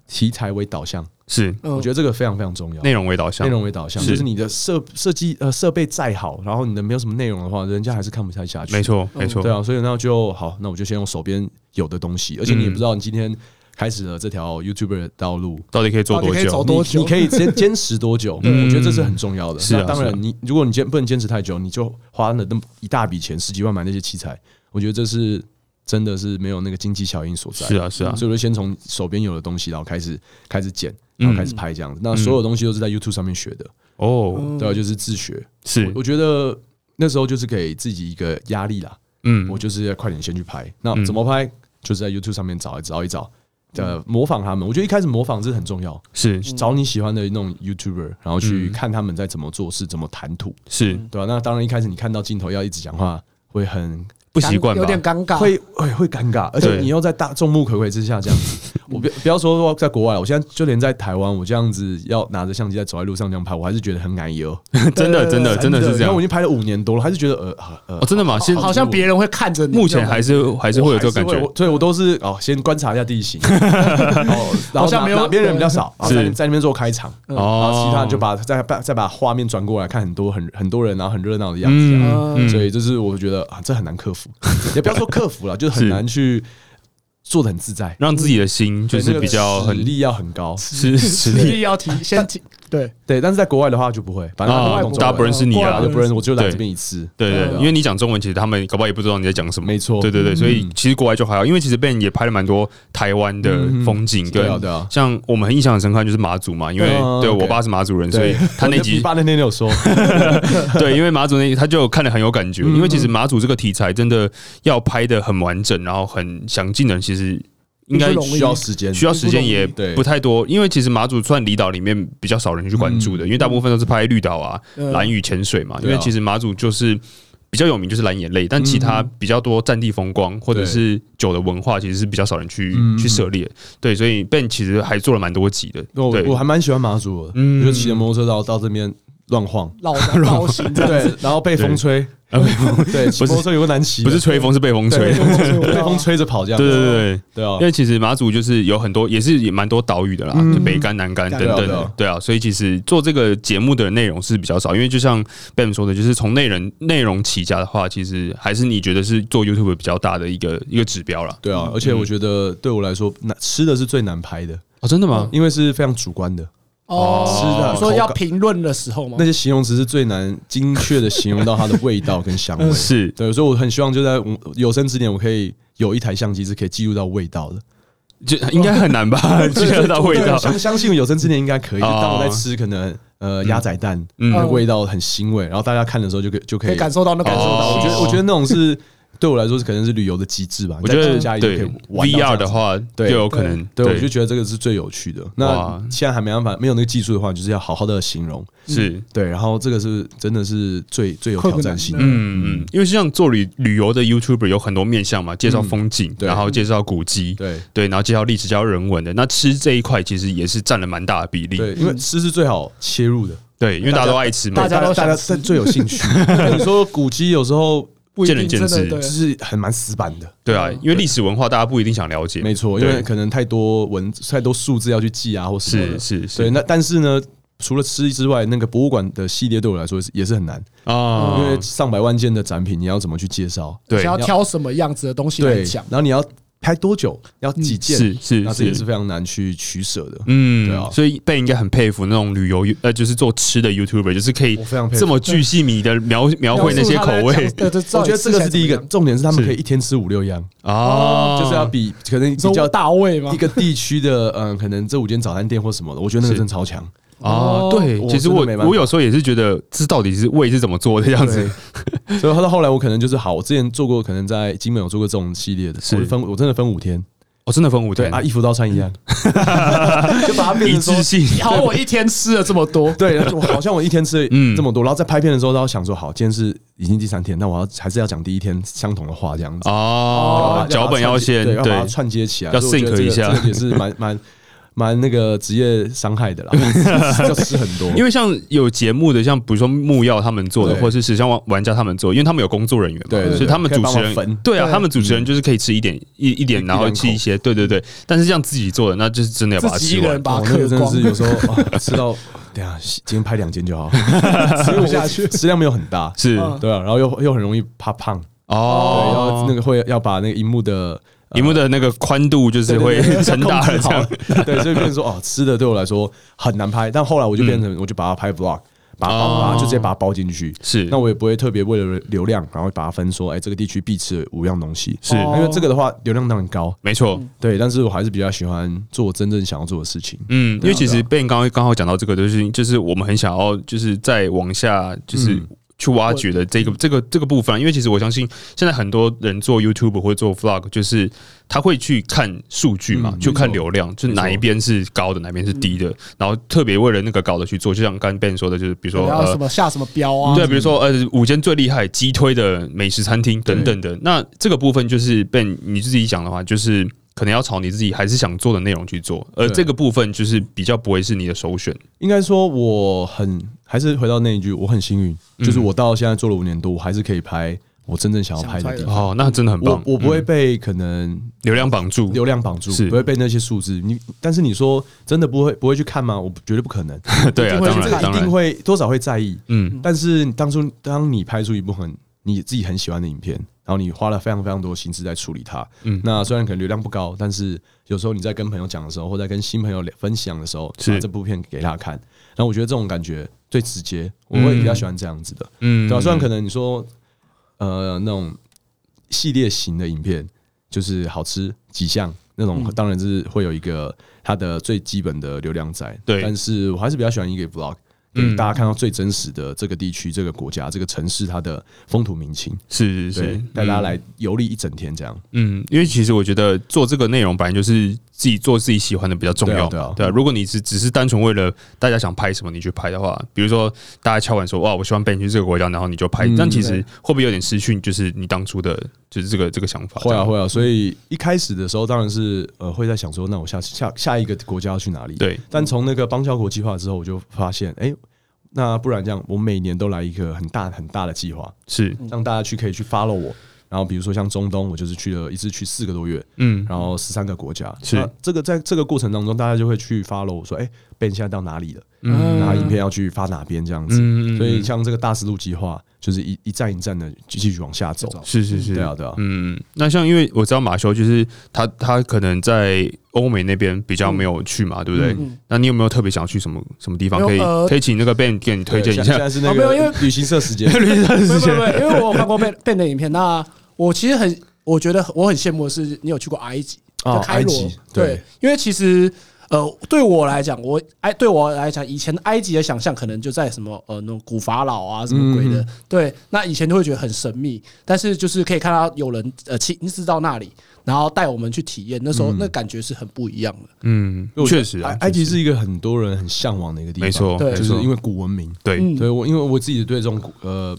Speaker 1: 题材为导向，
Speaker 2: 是
Speaker 3: 嗯
Speaker 1: 我觉得这个非常非常重要。
Speaker 2: 内容为导向，
Speaker 1: 内容为导向，
Speaker 2: 是
Speaker 1: 就是你的设设计呃设备再好，然后你的没有什么内容的话，人家还是看不太下去。
Speaker 2: 没，错
Speaker 3: 嗯
Speaker 2: 没错，
Speaker 1: 对啊，所以那就好，那我就先用手边有的东西，而且你也不知道你今天开始了这条 YouTuber 的道路，
Speaker 2: 到底可以做多
Speaker 3: 到底可以走
Speaker 2: 久？
Speaker 3: 哦多久
Speaker 1: 你你可以 坚坚持多久？
Speaker 2: 嗯
Speaker 1: 我觉得这是很重要的。
Speaker 2: 是啊
Speaker 1: 那当
Speaker 2: 是啊
Speaker 1: 然，你如果你坚不能坚持太久，你就花了那么一大笔钱，十几万买那些器材，我觉得这是真的是没有那个经济效应所在。
Speaker 2: 是啊是啊，
Speaker 1: 所以我就先从手边有的东西，然后开始开始剪，
Speaker 2: 嗯
Speaker 1: 然后开始拍这样子。那所有东西都是在 YouTube 上面学的，
Speaker 2: 哦，
Speaker 1: 对啊，就是自学。
Speaker 2: 是
Speaker 1: 我，我觉得那时候就是给自己一个压力啦，
Speaker 2: 嗯
Speaker 1: 我，就是要快点先去拍。那
Speaker 2: 嗯
Speaker 1: 怎么拍？就是在 YouTube 上面找一找一找，呃，模仿他们。我觉得一开始模仿是很重要。
Speaker 2: 是
Speaker 1: 去找你喜欢的那种 YouTuber，然后去
Speaker 2: 嗯
Speaker 1: 看他们在怎么做事、怎么谈吐，
Speaker 2: 是，
Speaker 1: 对吧、那当然一开始你看到镜头要一直讲话，会很
Speaker 2: 不习惯
Speaker 3: 有
Speaker 2: 吧？
Speaker 3: 点尴尬，
Speaker 1: 会会会尴尬，而且
Speaker 2: 啊对
Speaker 1: 你又在大众目睽睽之下这样 子，我不不要说说在国外，我现在就连在台湾，我这样子要拿着相机在走在路上这样拍，我还是觉得很难哟，
Speaker 2: 真的 真的真的是这
Speaker 1: 因为
Speaker 2: 样
Speaker 1: 我已，经拍了五年多了，还是觉得呃啊呃
Speaker 2: 哦，，真的吗？现
Speaker 3: 好像别人会看着你。
Speaker 2: 目前还是还是会有这个感
Speaker 1: 我还是
Speaker 2: 觉
Speaker 1: 会，我所以我都是哦，先观察一下 地形，哦然
Speaker 3: 好
Speaker 1: 后
Speaker 3: 像
Speaker 1: 哪
Speaker 3: 没有
Speaker 1: 哪边人比较少，然后在
Speaker 2: 是
Speaker 1: 在那边做开场，然后
Speaker 2: 哦，
Speaker 1: 其他人就把再把再把画面转过来看很多很很多人，然后很热闹的样子、啊。
Speaker 2: 嗯嗯，
Speaker 1: 所以就是我觉得啊，这很难克服，也不要说克服了，就是很
Speaker 2: 是
Speaker 1: 难去做的很自在，
Speaker 2: 让自己的心就
Speaker 1: 对那
Speaker 2: 是
Speaker 1: 个
Speaker 2: 比较
Speaker 1: 实
Speaker 2: 很
Speaker 1: 力要很高。
Speaker 2: 是实
Speaker 3: 实
Speaker 2: 力，
Speaker 3: 力要提，先提对，
Speaker 1: 对，但是在国外的话就不会，反正他们
Speaker 2: 啊
Speaker 1: 懂中文
Speaker 2: 大家不认识你
Speaker 1: 对啊
Speaker 2: 啊
Speaker 1: 就，不认识，我就来
Speaker 2: 对
Speaker 1: 这边一次。
Speaker 2: 对对，
Speaker 1: 啊
Speaker 2: 因为你讲中文，其实他们搞不好也不知道你在讲什么。
Speaker 1: 没错
Speaker 2: 对对对，所以
Speaker 1: 嗯
Speaker 2: 其实国外就还好，因为其实 Ben 也拍了蛮多台湾的风景
Speaker 1: 对啊
Speaker 2: 跟
Speaker 1: 对啊
Speaker 2: 像我们很印象很深刻就是马祖嘛，因为
Speaker 1: 对啊
Speaker 2: 对
Speaker 1: OK
Speaker 2: 我爸是马祖人，所
Speaker 1: 对
Speaker 2: 以他 那
Speaker 1: 我
Speaker 2: 集
Speaker 1: 就爸那天有说，
Speaker 2: 对，因为马祖那集他就看得很有感
Speaker 1: 嗯
Speaker 2: 觉，因为其实马祖这个题材真的要拍的很完整，然后很详尽的，其实应该
Speaker 3: 不容易
Speaker 1: 需要时间，
Speaker 2: 需要时间也
Speaker 1: 不容易对
Speaker 2: 不太多，因为其实马祖算离岛里面比较少人去关注的，因为大部分都是拍绿岛啊、
Speaker 3: 嗯
Speaker 2: 蓝屿潜水嘛。
Speaker 1: 嗯
Speaker 2: 因
Speaker 1: 对啊嗯
Speaker 2: 为其实马祖就是比较有名，就是蓝眼泪，但其他比较多战地风光或者是酒的文化，其实是比较少人去
Speaker 1: 嗯
Speaker 2: 去涉猎。对，所以 Ben 其实还做了蛮多集的。
Speaker 1: 我
Speaker 2: 对
Speaker 1: 哦我，还蛮喜欢马祖的，
Speaker 2: 嗯
Speaker 1: 我就骑着摩托车到到这边乱晃，
Speaker 3: 绕 绕行这样
Speaker 1: 对
Speaker 3: 子，，
Speaker 1: 然后被风吹，对，骑摩
Speaker 2: 啊不是
Speaker 1: 托车有个难骑的，
Speaker 2: 不是吹风，是被风吹
Speaker 1: 对。
Speaker 3: 对
Speaker 1: 被风吹着跑这样，
Speaker 2: 对对对对。
Speaker 1: 对啊
Speaker 2: 因，为其实马祖就是有很多，也是也蛮多岛屿的啦，就北干、南干等
Speaker 1: 对啊
Speaker 2: 等
Speaker 1: 对啊
Speaker 2: 的，对啊，所以其实做这个节目的内容是比较少，因为就像 Ben 说的，就是从内容内容起家的话，其实还是你觉得是做 YouTube 比较大的一个一个指标啦。
Speaker 1: 对啊，而且我觉得对我来说，难吃的是最难拍的，
Speaker 2: 哦，真的吗？
Speaker 1: 因为是非常主观的，
Speaker 3: 哦，
Speaker 2: 是的。
Speaker 3: 你说要评论的时候吗
Speaker 1: 那？些形容词是最难精确的形容到它的味道跟香味
Speaker 2: 哦是
Speaker 1: 对，所以我很希望就在我有生之年，我可以有一台相机是可以记录到味道的，
Speaker 2: 就应该很难吧？ 记得到味
Speaker 1: 对，
Speaker 2: 道
Speaker 1: 相相信我有生之年应该可以。就
Speaker 2: 哦
Speaker 1: 当我在吃可能呃鸭仔蛋，
Speaker 2: 嗯
Speaker 1: 那味道很腥味，然后大家看的时候就可以就可
Speaker 3: 可
Speaker 1: 以
Speaker 3: 以感受到那
Speaker 1: 感
Speaker 3: 感
Speaker 1: 受
Speaker 3: 受
Speaker 1: 到。
Speaker 3: 到，
Speaker 1: 我觉得我觉得那种是对我来说是可能是旅游的极致吧。
Speaker 2: 哦我觉得
Speaker 1: 你在家里就可
Speaker 2: 对
Speaker 1: 以玩到这样
Speaker 2: VR
Speaker 1: 子
Speaker 2: 的，话，就
Speaker 1: 对
Speaker 2: 有可能
Speaker 1: 对我就觉得这个是最有趣的。那
Speaker 2: 哇
Speaker 1: 现在还没办法，没有那个技术的话，就是要好好的形容。
Speaker 2: 是。
Speaker 1: 对，然后这个是真的是最最有挑战性的。
Speaker 3: 困难
Speaker 2: 嗯嗯，因为像做旅旅游的 YouTuber 有很多面向嘛，介绍风景，
Speaker 1: 嗯对
Speaker 2: 然后介绍古迹，
Speaker 1: 对
Speaker 2: 对，然后介绍历史、介绍人文的。那吃这一块其实也是占了蛮大的比例，
Speaker 1: 对，因为吃是最好切入的，
Speaker 2: 对，因为大家都爱吃嘛
Speaker 3: 大。家都
Speaker 1: 大
Speaker 3: 想
Speaker 1: 家
Speaker 3: 吃
Speaker 1: 最最有 兴趣。那你说古迹有时候
Speaker 3: 不一定
Speaker 2: 见仁见智
Speaker 3: 真
Speaker 1: 就
Speaker 3: 的对
Speaker 1: 是很蛮死板的，
Speaker 2: 对啊，因为历史文化大家不一定想了解，
Speaker 1: 嗯没错，因
Speaker 2: 对
Speaker 1: 为可能太多文字太多数字要去记啊，或什么
Speaker 2: 是
Speaker 1: 的。
Speaker 2: 是是
Speaker 1: 对，那但是呢，除了吃之外，那个博物馆的系列对我来说是也是很难，
Speaker 2: 啊
Speaker 1: 因为上百万件的展品，你要怎么去介绍？
Speaker 2: 对
Speaker 3: 想要挑什么样子的东西来
Speaker 1: 对，
Speaker 3: 讲
Speaker 1: 然，后你要拍多久？要几件？
Speaker 2: 嗯是
Speaker 1: 那
Speaker 2: 是
Speaker 1: 这也是
Speaker 2: 是。
Speaker 1: 非常难去取舍的。
Speaker 2: 嗯，
Speaker 1: 对啊
Speaker 2: 所以贝应该很佩服那种旅游，呃，就是做吃的 YouTuber，就是可以
Speaker 1: 我非常佩服
Speaker 2: 这么巨细靡的描描绘那些口
Speaker 3: 描述他在
Speaker 2: 味
Speaker 3: 讲对，对
Speaker 1: 我觉得这个是第一个，重点是他们
Speaker 2: 是
Speaker 1: 可以一天吃五六样，
Speaker 2: 啊，
Speaker 1: 哦就是要比可能比
Speaker 3: 比
Speaker 1: 较
Speaker 3: 较大胃吗
Speaker 1: 一？个地区的，嗯，可能这五间早餐店或什么的，我觉得那个
Speaker 2: 是
Speaker 1: 真的超强。
Speaker 2: 啊
Speaker 3: 哦，
Speaker 2: 对，
Speaker 1: 我
Speaker 2: 其实
Speaker 1: 真的
Speaker 2: 我
Speaker 1: 没办法
Speaker 2: 我有时候也是觉得这到底是胃是怎么做的这样子，
Speaker 1: 对，所以到后来我可能就是好，我之前做过，可能在金门有做过这种系列的，
Speaker 2: 是嗯
Speaker 1: 我分我真的分五天，
Speaker 2: 我真的分五
Speaker 1: 对
Speaker 2: 天
Speaker 1: 啊，，一服到餐一 样，就把它变
Speaker 2: 一
Speaker 1: 成
Speaker 2: 致
Speaker 1: 说。
Speaker 2: 性，
Speaker 3: 好，我一天吃了这么 多，
Speaker 1: 对，然后我好像我一天吃
Speaker 2: 嗯
Speaker 1: 了这么多，然后在拍片的时候，然后想说，好，今天是已经第三天，那我要还是要讲第一天相同的话这样子。
Speaker 2: 哦，脚本要先
Speaker 1: 对，要把
Speaker 2: 对
Speaker 1: 它，串接起来，
Speaker 2: 要
Speaker 1: 所以我觉得
Speaker 2: sync
Speaker 1: 这
Speaker 2: 一
Speaker 1: 个
Speaker 2: 下
Speaker 1: 这个也是蛮蛮蛮那个职业伤害的啦， 要吃很多，
Speaker 2: 因
Speaker 1: 为
Speaker 2: 为像有节目的，像比如说木曜他们做的，
Speaker 1: 对
Speaker 2: 或者是时尚玩玩家他们做，因为他们有工作人员嘛，
Speaker 1: 对对对
Speaker 2: 所以他们主持
Speaker 1: 可以帮忙
Speaker 2: 人
Speaker 1: 分
Speaker 2: 对啊，
Speaker 3: 对
Speaker 2: 他们主持人就是可以吃一点一一点，
Speaker 1: 一
Speaker 2: 然后
Speaker 1: 两口
Speaker 2: 吃一些，对对对。但是像自己做的，那就是真的要把它
Speaker 3: 自己
Speaker 2: 吃
Speaker 3: 一个人
Speaker 2: 完。
Speaker 3: 把它
Speaker 1: 哦那个
Speaker 3: 嗑
Speaker 1: 真的
Speaker 3: 光
Speaker 1: 是，有时候啊吃到，等一下今天拍两间就好，
Speaker 3: 吃不下去。
Speaker 1: 食量没有很大，
Speaker 2: 是
Speaker 3: 嗯
Speaker 1: 对啊，然后又又很容易怕胖，对，然后
Speaker 2: 哦，
Speaker 1: 那个会要把那个荧幕的呃
Speaker 2: 荧幕的那个宽度就是会
Speaker 1: 对对对
Speaker 2: 撑大了
Speaker 1: 控制
Speaker 2: 这
Speaker 1: 好
Speaker 2: 样。
Speaker 1: 对，所以变成说哦，吃的对我来说很难拍，但后来我就变成我就把它拍 vlog，把它
Speaker 2: 嗯哦
Speaker 1: 包把它就直接把它包进去，
Speaker 2: 是
Speaker 1: 那我也不会特别为了流量，然后把它分说，哎，这个地区必吃五样东西，
Speaker 2: 是
Speaker 1: 因为这个的话流量当然高，
Speaker 2: 没错，
Speaker 1: 对，但是我还是比较喜欢做我真正想要做的事情，
Speaker 2: 嗯，因
Speaker 1: 对啊
Speaker 2: 为其实 Ben 刚刚刚好讲到这个，就是就是我们很想要就是再往下就是
Speaker 1: 嗯
Speaker 2: 去挖掘的这个这个这个部分，啊因为其实我相信现在很多人做 YouTube 或者做 Vlog，就是他会去看数据嘛，
Speaker 1: 嗯
Speaker 2: 去看
Speaker 1: 没错嗯
Speaker 2: 流量，就是哪一边是高的，哪边是低的，然后特别为了那个高的去做，就像刚刚 Ben 说的，就是比如说
Speaker 3: 然后
Speaker 2: 呃
Speaker 3: 什么下什么标啊？
Speaker 2: 对，比如说呃，五间最厉害击推的美食餐厅等等的。那这个部分就是被你自己讲的话，就是可能要朝你自己还是想做的内容去做，而
Speaker 1: 对
Speaker 2: 这个部分就是比较不会是你的首选。
Speaker 1: 应该说我很还是回到那一句，我很幸运，就是我到现在做了五年多，我还是可以拍我真正想要拍的地
Speaker 3: 想
Speaker 1: 方。
Speaker 3: 拍
Speaker 2: 哦，那真的很棒
Speaker 1: 我，我不会
Speaker 2: 嗯
Speaker 1: 被可能
Speaker 2: 流量绑住。
Speaker 1: 流量绑住
Speaker 2: 是，
Speaker 1: 不会被那些数字。你但是你说真的不会不会去看吗？我绝对不可能，
Speaker 2: 对啊，
Speaker 3: 一定会
Speaker 2: 当
Speaker 3: 去
Speaker 2: 然
Speaker 3: 看
Speaker 2: 当
Speaker 1: 一定
Speaker 2: 然，
Speaker 1: 会多少会在意。
Speaker 2: 嗯，
Speaker 1: 但是当初当你拍出一部很你自己很喜欢的影片，然后你花了非常非常多心思在处理它，
Speaker 2: 嗯
Speaker 1: 嗯，那虽然可能流量不高，但是有时候你在跟朋友讲的时候，或在跟新朋友聊分享的时候，
Speaker 2: 是
Speaker 1: 把这部片给他看，然后我觉得这种感觉最直接，我会比较喜欢这样子的，
Speaker 2: 嗯，
Speaker 1: 对吧、虽然可能你说呃那种系列型的影片，就是好吃几项。那种
Speaker 2: 嗯
Speaker 1: 当然是会有一个它的最基本的流量在，
Speaker 2: 对
Speaker 1: 但是我还是比较喜欢一个 vlog，嗯，
Speaker 2: 嗯
Speaker 1: 大家看到最真实的这个地区、这个国家、这个城市它的风土民情，
Speaker 2: 是是
Speaker 1: 对
Speaker 2: 是，，
Speaker 1: 带大家
Speaker 2: 嗯
Speaker 1: 来游历一整天这样。
Speaker 2: 嗯，因为其实我觉得做这个内容本来就是自己做自己喜欢的比较重要，
Speaker 1: 对啊对啊
Speaker 2: 如果你是只是单纯为了大家想拍什么你去拍的话，比如说大家敲碗说哇，我希望 Ben 去这个国家，然后你就拍，
Speaker 1: 嗯
Speaker 2: 但其实
Speaker 3: 对
Speaker 2: 会不会有点失去就是你当初的就是这个这个想法？
Speaker 1: 会
Speaker 2: 这
Speaker 1: 啊
Speaker 2: 样
Speaker 1: 会啊，所以一开始的时候当然是呃会在想说，那我下下下一个国家要去哪里？。
Speaker 2: 对，
Speaker 1: 但从那个邦交国计划之后，我就发现，哎、那不然这样，我每年都来一个很大很大的计划，
Speaker 2: 是，
Speaker 1: 让大家去可以去 follow 我。然后比如说像中东，我就是去了一次去四个多月，
Speaker 2: 嗯，
Speaker 1: 然后十三个国家。
Speaker 2: 是
Speaker 1: 那这个在这个过程当中，大家就会去 follow 我说，哎、被你现在到哪里了？
Speaker 2: 嗯
Speaker 1: 然后影片要去发哪边这样子。
Speaker 2: 嗯，
Speaker 1: 所以像这个大思路计划，就是一一站一站的继续往下走。
Speaker 2: 是是是，
Speaker 1: 对啊，对啊，
Speaker 2: 嗯，那像因为我知道马修就是他，他可能在欧美那边比较没有去嘛，对不对？
Speaker 3: 嗯
Speaker 2: 那你有没有特别想去什么什么地方？
Speaker 3: 没有
Speaker 2: 可以、
Speaker 3: 呃
Speaker 2: 可以请那个 Ben 给你推荐一
Speaker 1: 对
Speaker 2: 下啊
Speaker 1: 现。在是那
Speaker 3: 哦没有因为
Speaker 1: 个旅行社时间，
Speaker 3: 没有没有没有，因为我有看过 Ben Ben 的影片，那我其实很，我觉得我很羡慕的是，你有去过埃及，
Speaker 1: 哦
Speaker 3: 就开
Speaker 1: 埃
Speaker 3: 罗
Speaker 1: 及，对
Speaker 3: 对，因为其实。呃，对我来讲，我埃对我来讲，以前埃及的想象可能就在什么呃那种古法老啊什么鬼的，
Speaker 1: 嗯
Speaker 3: 对，那以前就会觉得很神秘，但是就是可以看到有人呃亲自到那里，然后带我们去体验，那
Speaker 1: 嗯
Speaker 3: 时候、那感觉是很不一样的。
Speaker 2: 嗯，确实啊
Speaker 1: 埃，埃及
Speaker 2: 确实
Speaker 1: 是一个很多人很向往的一个地方，
Speaker 2: 没错，
Speaker 3: 对
Speaker 2: 没
Speaker 1: 就是
Speaker 2: 错
Speaker 1: 因为古文明。
Speaker 2: 对
Speaker 3: 嗯
Speaker 1: 所以我因为我自己对这种古呃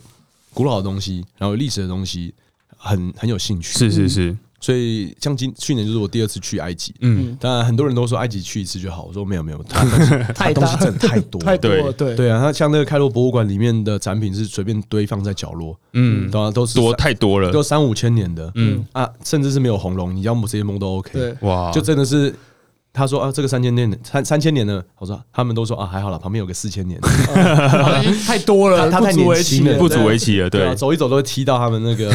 Speaker 1: 古老的东西，然后历史的东西很很有兴趣，
Speaker 2: 是是是，
Speaker 1: 所以像今去年就是我第二次去埃及。
Speaker 2: 嗯，
Speaker 1: 当然，很多人都说埃及去一次就好。我说没有没 有，它它
Speaker 3: 太
Speaker 1: 东
Speaker 3: 大
Speaker 1: 西真的太多了。
Speaker 3: 嗯太多了，对
Speaker 1: 对啊，它像那个开罗博物馆里面的展品是随便堆放在角落，
Speaker 2: 嗯
Speaker 1: 嗯，当然都是
Speaker 2: 多
Speaker 1: 三
Speaker 2: 太多了
Speaker 1: 都，三五千年的，
Speaker 2: 嗯
Speaker 1: 嗯啊，甚至是没有红龙，你要么直接蒙都 OK。
Speaker 3: 对，
Speaker 2: 哇，
Speaker 1: 就真的是他说啊，这个三千年的三三千年的，我说他们都说啊还好了，旁边有个四千年的，
Speaker 3: 太多了，
Speaker 1: 他他太
Speaker 3: 不足为
Speaker 1: 年轻
Speaker 3: 奇
Speaker 1: 了
Speaker 2: 不
Speaker 1: 对
Speaker 2: 足为奇了，
Speaker 1: 对啊，
Speaker 2: 对，
Speaker 1: 走一走都会踢到他们那 个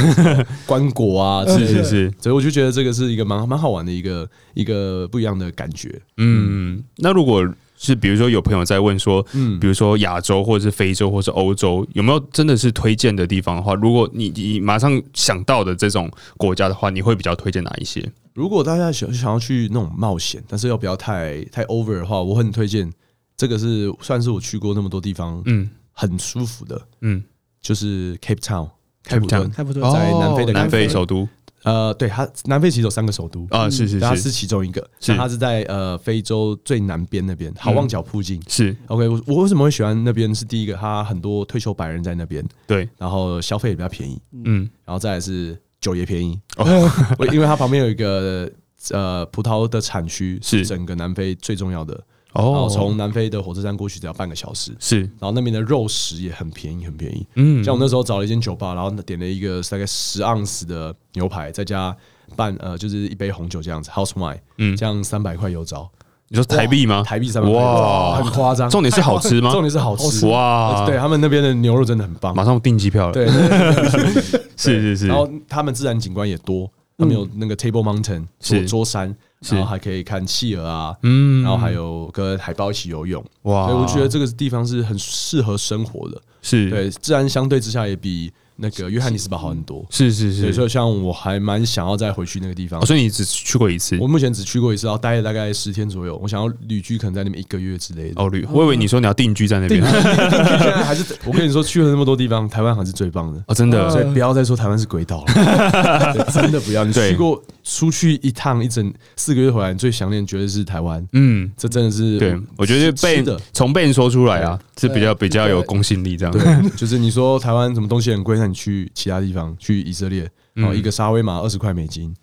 Speaker 1: 棺椁啊之类
Speaker 2: 是
Speaker 1: 的，
Speaker 2: 是是，
Speaker 1: 所以我就觉得这个是一个蛮蛮好玩的一个一个不一样的感觉，
Speaker 2: 嗯，那如果是比如说有朋友在问说，
Speaker 1: 嗯
Speaker 2: 比。如说亚洲或者是非洲或是欧洲，有没有真的是推荐的地方的话，如果你你马上想到的这种国家的话，你会比较推荐哪一些？
Speaker 1: 如果大家想想要去那种冒险，但是又不要太太 over 的话，我很推荐这个是算是我去过那么多地方
Speaker 2: 嗯
Speaker 1: 很舒服的，
Speaker 2: 嗯，
Speaker 1: 就是 Cape Town 开普
Speaker 2: Cape
Speaker 1: 敦
Speaker 2: Town。
Speaker 3: 太不多了。
Speaker 1: 在南非的
Speaker 2: 哦南
Speaker 1: 南非
Speaker 2: 非首都
Speaker 1: 呃，对，它南非其实有三个首都
Speaker 2: 啊，是是
Speaker 1: 嗯它
Speaker 2: 是
Speaker 1: 是其中一个，
Speaker 2: 是嗯
Speaker 1: 那它是在呃非洲最南边那边，好望角附近。
Speaker 2: 是，
Speaker 1: OK，我我为什么会喜欢那边？是第一个，它很多退休白人在那边，
Speaker 2: 对，
Speaker 1: 然后消费也比较便宜，
Speaker 2: 嗯，
Speaker 1: 然后再来是酒也便宜。
Speaker 2: 哦
Speaker 1: 我因为它旁边有一个呃葡萄的产区，
Speaker 2: 是
Speaker 1: 是整个南非最重要的。然
Speaker 2: 哦
Speaker 1: 后从南非的火车站过去只要半个小时，
Speaker 2: 是，
Speaker 1: 然后那边的肉食也很便宜，很便宜。
Speaker 2: 嗯，
Speaker 1: 像我那时候找了一间酒吧，然后点了一个大概十盎司的牛排，再加半呃就是一杯红酒这样子，house wine，
Speaker 2: 嗯
Speaker 1: 这样三百块油找，
Speaker 2: 你说台币吗？
Speaker 1: 台币三百块，
Speaker 2: 哇
Speaker 1: 哇，很夸张。
Speaker 2: 重点是好吃吗？
Speaker 1: 重点是好吃
Speaker 2: 啊哇
Speaker 1: 对他们那边的牛肉真的很棒
Speaker 2: 马，上订机票了，
Speaker 1: 对，对对对
Speaker 2: 是是是
Speaker 1: 然，后他们自然景观也多，他们有那个 Table Mountain
Speaker 2: 是
Speaker 1: 桌桌山，
Speaker 2: 是
Speaker 1: 然后还可以看企鹅啊，
Speaker 2: 嗯
Speaker 1: 然后还有跟海豹一起游泳，
Speaker 2: 哇
Speaker 1: 所以我觉得这个地方是很适合生活的。
Speaker 2: 是，
Speaker 1: 对，自然相对之下也比那个约翰尼斯堡好很多。
Speaker 2: 是是
Speaker 1: 对，所
Speaker 2: 是，
Speaker 1: 以像我还蛮想要再回去那个地方
Speaker 2: 哦。所以你只去过一次
Speaker 1: 我目前只去过一次，然后待了大概十天左右。我想要旅居，可能在那边一个月之类的。
Speaker 2: 哦，旅，我以为你说你要定居在那边，
Speaker 1: 现在 还是我跟你说，去了那么多地方，台湾还是最棒的。
Speaker 2: 哦，真的
Speaker 1: 所以不要再说台湾是鬼岛 了，对真的不要。你
Speaker 2: 对
Speaker 1: 去过出去一趟一整四个月回来，你最想念绝对是台湾。
Speaker 2: 嗯，
Speaker 1: 这真的是
Speaker 2: 对，我觉得被
Speaker 1: 吃 的
Speaker 2: 从被人说出来啊，是比较比较有公信力这样。
Speaker 1: 对，就是你说台湾什么东西很贵，那你去其他地方，去以色列，然
Speaker 2: 嗯
Speaker 1: 后一个沙威玛二十块美金，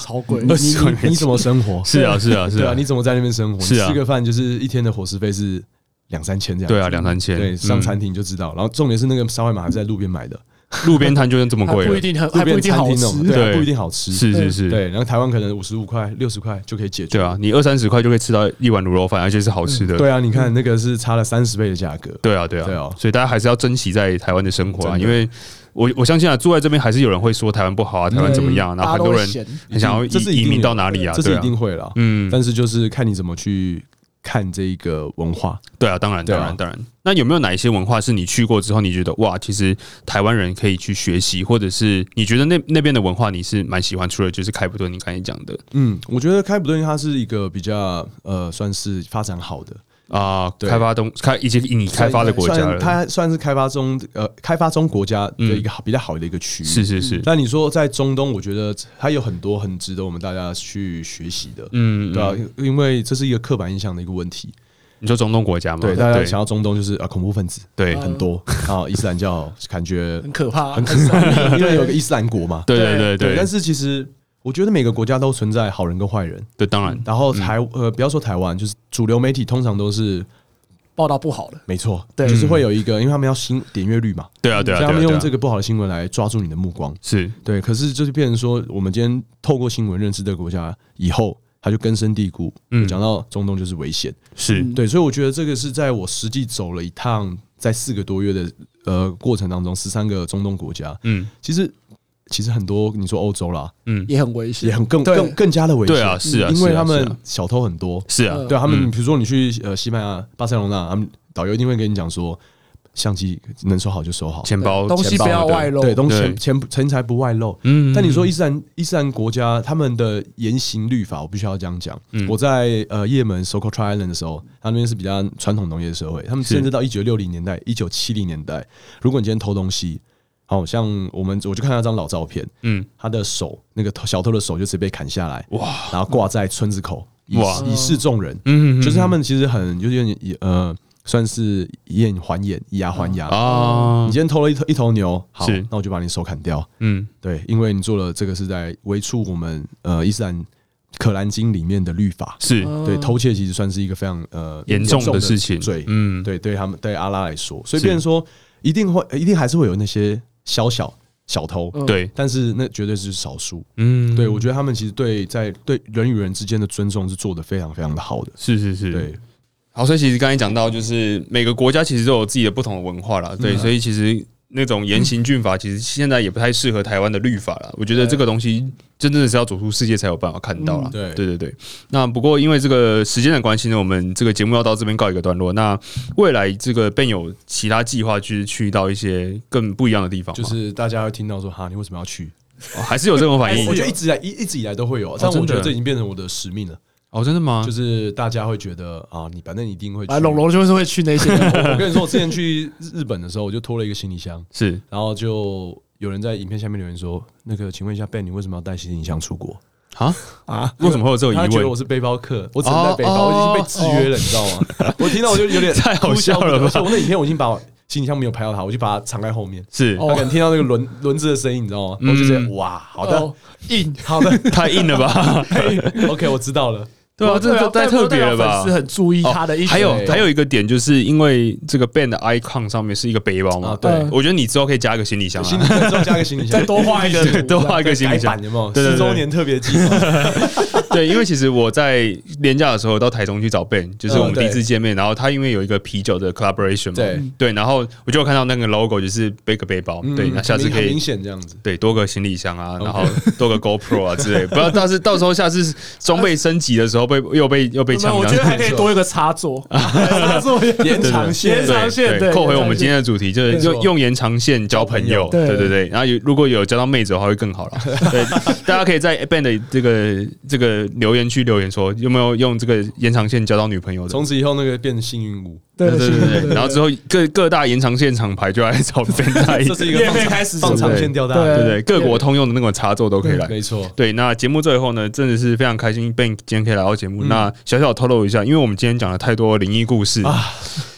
Speaker 3: 超贵
Speaker 1: 你，
Speaker 2: 20块美金
Speaker 1: 你你怎么生活？
Speaker 2: 是啊，是啊，是
Speaker 1: 对
Speaker 2: 啊
Speaker 1: 啊，，你怎么在那边生活？
Speaker 2: 是啊
Speaker 1: 你吃个饭就是一天的伙食费是两三千这样。
Speaker 2: 对啊，两三千，
Speaker 1: 对，上
Speaker 2: 嗯
Speaker 1: 餐厅就知道。然后重点是那个沙威玛还是在路边买的，
Speaker 2: 路边摊就这么
Speaker 3: 还
Speaker 2: 贵
Speaker 3: 不一
Speaker 2: 了，
Speaker 3: 定很，
Speaker 1: 路
Speaker 3: 还不
Speaker 1: 边
Speaker 3: 一定
Speaker 1: 餐
Speaker 3: 好
Speaker 1: 厅那
Speaker 3: 吃
Speaker 1: 种，。对啊，
Speaker 2: 对
Speaker 1: 不一定好吃。
Speaker 2: 是是是，
Speaker 1: 对，然后台湾可能五十五块、六十块就可以解决。
Speaker 2: 对啊，你二三十块就可以吃到一碗卤肉饭，而且是好吃的。
Speaker 1: 对啊，你看那个是差了三十倍的价格。
Speaker 2: 对啊，对啊，
Speaker 1: 对啊
Speaker 2: 所以大家还是要珍惜在台湾的生活啊，
Speaker 1: 真的
Speaker 2: 因为我我相信啊，住在这边还是有人会说台湾不好啊，台
Speaker 1: 嗯
Speaker 2: 湾怎么样啊，然后很多人
Speaker 3: 大家都会嫌
Speaker 2: 很想要
Speaker 1: 一定这是一
Speaker 2: 移移
Speaker 1: 定
Speaker 2: 民
Speaker 1: 的
Speaker 2: 到哪里啊，
Speaker 1: 这是
Speaker 2: 对
Speaker 1: 一
Speaker 2: 啊，
Speaker 1: 定会啦。
Speaker 2: 嗯，
Speaker 1: 但是就是看你怎么去看这一个文化。
Speaker 2: 对啊，当然，
Speaker 1: 对
Speaker 2: 当
Speaker 1: 啊
Speaker 2: 然，当然。那有没有哪一些文化是你去过之后，你觉得哇，其实台湾人可以去学习，或者是你觉得那那边的文化你是蛮喜欢？除了就是开普敦你刚才讲的，
Speaker 1: 嗯，我觉得开普敦它是一个比较呃，算是发展好的。
Speaker 2: 啊、
Speaker 1: 对
Speaker 2: 开发东开已经已开发的国家
Speaker 1: 算
Speaker 2: 了，嗯
Speaker 1: 它算是开发中呃开发中国家的一个好比较好的一个区域。
Speaker 2: 是是是，
Speaker 1: 那你说在中东，我觉得它有很多很值得我们大家去学习的，
Speaker 2: 嗯，
Speaker 1: 对啊
Speaker 2: 嗯，
Speaker 1: 因为这是一个刻板印象的一个问题。
Speaker 2: 你说中东国家嘛，
Speaker 1: 对，大家想到中东就是啊，恐怖分子
Speaker 2: 对
Speaker 1: 很 多，然后伊斯兰教感觉
Speaker 3: 很可怕，
Speaker 1: 很可怕，因为有个伊斯兰国嘛。
Speaker 2: 对
Speaker 3: 对
Speaker 2: 对对对，
Speaker 1: 但是其实我觉得每个国家都存在好人跟坏人，
Speaker 2: 对当然
Speaker 1: 然后台
Speaker 2: 嗯
Speaker 1: 呃不要说台湾，就是主流媒体通常都是
Speaker 3: 报道不好
Speaker 2: 嗯
Speaker 3: 的，
Speaker 1: 没错，
Speaker 3: 对
Speaker 1: 就是会有一个，因为他们要新点阅率嘛，
Speaker 2: 对啊对啊，
Speaker 1: 所以他
Speaker 2: 对啊
Speaker 1: 们
Speaker 2: 对
Speaker 1: 用
Speaker 2: 啊
Speaker 1: 这个不好的新闻来抓住你的目光。
Speaker 2: 是
Speaker 1: 对，可是就是变成说，我们今天透过新闻认识这个国家以后，它就根深蒂固。
Speaker 2: 嗯
Speaker 1: 嗯，讲到中东就是危险，
Speaker 2: 是
Speaker 3: 嗯
Speaker 1: 对，所以我觉得这个是在我实际走了一趟，在四个多月的呃过程当中，十三个中东国家，
Speaker 2: 嗯
Speaker 1: 其实其实很多你说欧洲啦，
Speaker 2: 嗯，
Speaker 3: 也很危险，
Speaker 1: 也很更
Speaker 3: 对
Speaker 1: 更更加的危险，
Speaker 2: 对啊是啊，
Speaker 1: 因
Speaker 2: 是
Speaker 1: 为
Speaker 2: 啊
Speaker 1: 他
Speaker 2: 是啊
Speaker 1: 们小偷很多，
Speaker 2: 是啊
Speaker 3: 嗯，
Speaker 1: 对啊他
Speaker 2: 嗯
Speaker 1: 们，比如说你去呃西班牙巴塞隆纳，他们导游一定会跟你讲说，相机能收好就收好，
Speaker 2: 钱包
Speaker 3: 东西
Speaker 2: 钱包
Speaker 3: 不要外露，
Speaker 1: 对，东西
Speaker 2: 对
Speaker 1: 钱钱钱财不外露。
Speaker 2: 嗯，
Speaker 1: 但你说伊斯兰伊斯兰国家他们的严刑律法，我必须要这样讲。
Speaker 2: 嗯
Speaker 1: 我在呃也门 Soko t r i Island 的时候，他那边是比较传统农业社会，他们
Speaker 2: 是
Speaker 1: 甚至到一九六零年代、一九七零年代，如果你今天偷东西，好像我们我就看到一张老照片，
Speaker 2: 嗯
Speaker 1: 他的手那个偷小偷的手就直接被砍下来，
Speaker 2: 哇
Speaker 1: 然后挂在村子口，以
Speaker 2: 哇
Speaker 1: 以示众人。
Speaker 2: 嗯，
Speaker 1: 就是他们其实很就是有点以呃，算是以眼还眼，以牙还牙。
Speaker 2: 啊
Speaker 1: 你，今天偷了一头一头牛，好
Speaker 2: 是，
Speaker 1: 那我就把你手砍掉。
Speaker 2: 嗯
Speaker 1: 对，因为你做了这个是在违触我们呃伊斯兰可兰经里面的律法。
Speaker 2: 是
Speaker 3: 嗯
Speaker 1: 对，偷窃其实算是一个非常呃
Speaker 2: 严重的事情，
Speaker 1: 罪。
Speaker 2: 嗯，
Speaker 1: 对，对他们对阿拉来说，所以
Speaker 2: 是
Speaker 1: 变成说一定会一定还是会有那些小小小偷，
Speaker 3: 嗯
Speaker 2: 对，
Speaker 1: 但是那绝对是少数。
Speaker 2: 嗯，
Speaker 1: 对我觉得他们其实对在对人与人之间的尊重是做的非常非常的好的。
Speaker 2: 是是是，
Speaker 1: 对，
Speaker 2: 好，所以其实刚才讲到，就是每个国家其实都有自己的不同的文化啦，对，所以其实那种严刑峻法，其实现在也不太适合台湾的律法啦。我觉得这个东西真正的是要走出世界才有办法看到啦。
Speaker 1: 嗯对
Speaker 2: 对对对。那不过因为这个时间的关系呢，我们这个节目要到这边告一个段落。那未来这个 Ben 有其他计划，就是去到一些更不一样的地方
Speaker 1: 就
Speaker 2: 吗，
Speaker 1: 是大家会听到说哈，你为什么要去？
Speaker 2: 哦还是有这种反应
Speaker 1: 我觉得一直以来一一直以来都会有，但
Speaker 2: 真的
Speaker 1: 我觉得这已经变成我的使命了，
Speaker 2: 哦，真的吗？
Speaker 1: 就是大家会觉得啊，你反正一定会去。
Speaker 3: 啊，龙龙就是会去那些地
Speaker 1: 我跟你说，我之前去日本的时候，我就拖了一个行李箱，
Speaker 2: 是
Speaker 1: 然后就有人在影片下面留言说，那个请问一下 Ben，你为什么要带行李箱出国？
Speaker 2: 啊，
Speaker 3: 啊，
Speaker 2: 为什么会有这种
Speaker 1: 他
Speaker 2: 疑
Speaker 1: 觉得
Speaker 2: 问
Speaker 1: 我？是背包客，我只能带背包，
Speaker 2: 哦
Speaker 1: 我已经被制约了，你知道吗？ 我听到我就有点
Speaker 2: 太好笑了
Speaker 1: 哭不得
Speaker 2: 吧
Speaker 1: 而且我那影片我已经把我行李箱没有拍到他，我就把它藏在后面。
Speaker 2: 是
Speaker 1: 我可能听到那个轮轮子的声音，你知道吗？我就觉得哇，好的
Speaker 3: 哦，硬
Speaker 1: 好的
Speaker 2: 太嗯硬了吧？
Speaker 1: ，OK，我知道了。
Speaker 2: 对啊，这这太特别了吧？
Speaker 3: 粉丝很注意他的一举
Speaker 2: 哦还有
Speaker 1: 对
Speaker 2: 还有一个点，就是因为这个 band 的 icon 上面是一个背包嘛
Speaker 1: 啊，对
Speaker 3: 嗯
Speaker 2: 我觉得你之后可以加一个行李箱
Speaker 1: 行
Speaker 2: 啊，
Speaker 1: 李箱之后加个行李箱，
Speaker 3: 再多画一个
Speaker 2: 对
Speaker 3: 图，啊
Speaker 2: 多画一个行
Speaker 1: 改
Speaker 2: 李箱
Speaker 1: 版，有没有？
Speaker 2: 对对对
Speaker 1: 十周年特别计划，
Speaker 2: 对，因为其实我在廉价的时候到台中去找 Ben，就是我们
Speaker 1: 嗯
Speaker 2: 第
Speaker 1: 对
Speaker 2: 一次见面，然后他因为有一个啤酒的 collaboration 嘛，
Speaker 1: 对
Speaker 2: 对，然后我就有看到那个 logo 就是背个背包，对，
Speaker 1: 嗯
Speaker 2: 那下次可
Speaker 1: 很
Speaker 2: 以
Speaker 1: 明。显这哦样子。
Speaker 2: 对，多个行李箱啊，然后多个 GoPro 啊之类，不要，但是到时候下次装备升级的时候被又被又被抢
Speaker 3: 我
Speaker 2: 这
Speaker 3: 觉
Speaker 2: 样
Speaker 3: 得
Speaker 2: 子，
Speaker 3: 还可以多一个插 座，插座也
Speaker 1: 延长线
Speaker 3: 延长线，对，
Speaker 2: 扣回我们今天的主题，就是
Speaker 1: 没错
Speaker 2: 用用延长线交朋友，
Speaker 3: 对
Speaker 2: 对对对。然后有如果有交到妹子的话，会更好 了。对，大家可以在 Ben 的这个这个留言区留言说，有没有用这个延长线交到女朋友的？
Speaker 1: 从此以后，那个变幸运五，
Speaker 3: 对
Speaker 2: 对对对对。然后之后各各大延长线厂牌就来找 Ben 在一
Speaker 1: 这
Speaker 2: 起，
Speaker 1: 是一个
Speaker 3: 夜
Speaker 1: 放
Speaker 3: 配
Speaker 1: 长
Speaker 3: 开始
Speaker 1: 放长线钓大
Speaker 3: 对
Speaker 1: 鱼， 嗯
Speaker 2: 对对，啊各国通用的那种插座都可以来。
Speaker 1: 没错。
Speaker 2: 对，那节目最后呢，真的是非常开心，Ben 今天可以来到节目。
Speaker 1: 嗯
Speaker 2: 那小小透露一下，因为我们今天讲了太多灵异故事，
Speaker 1: 啊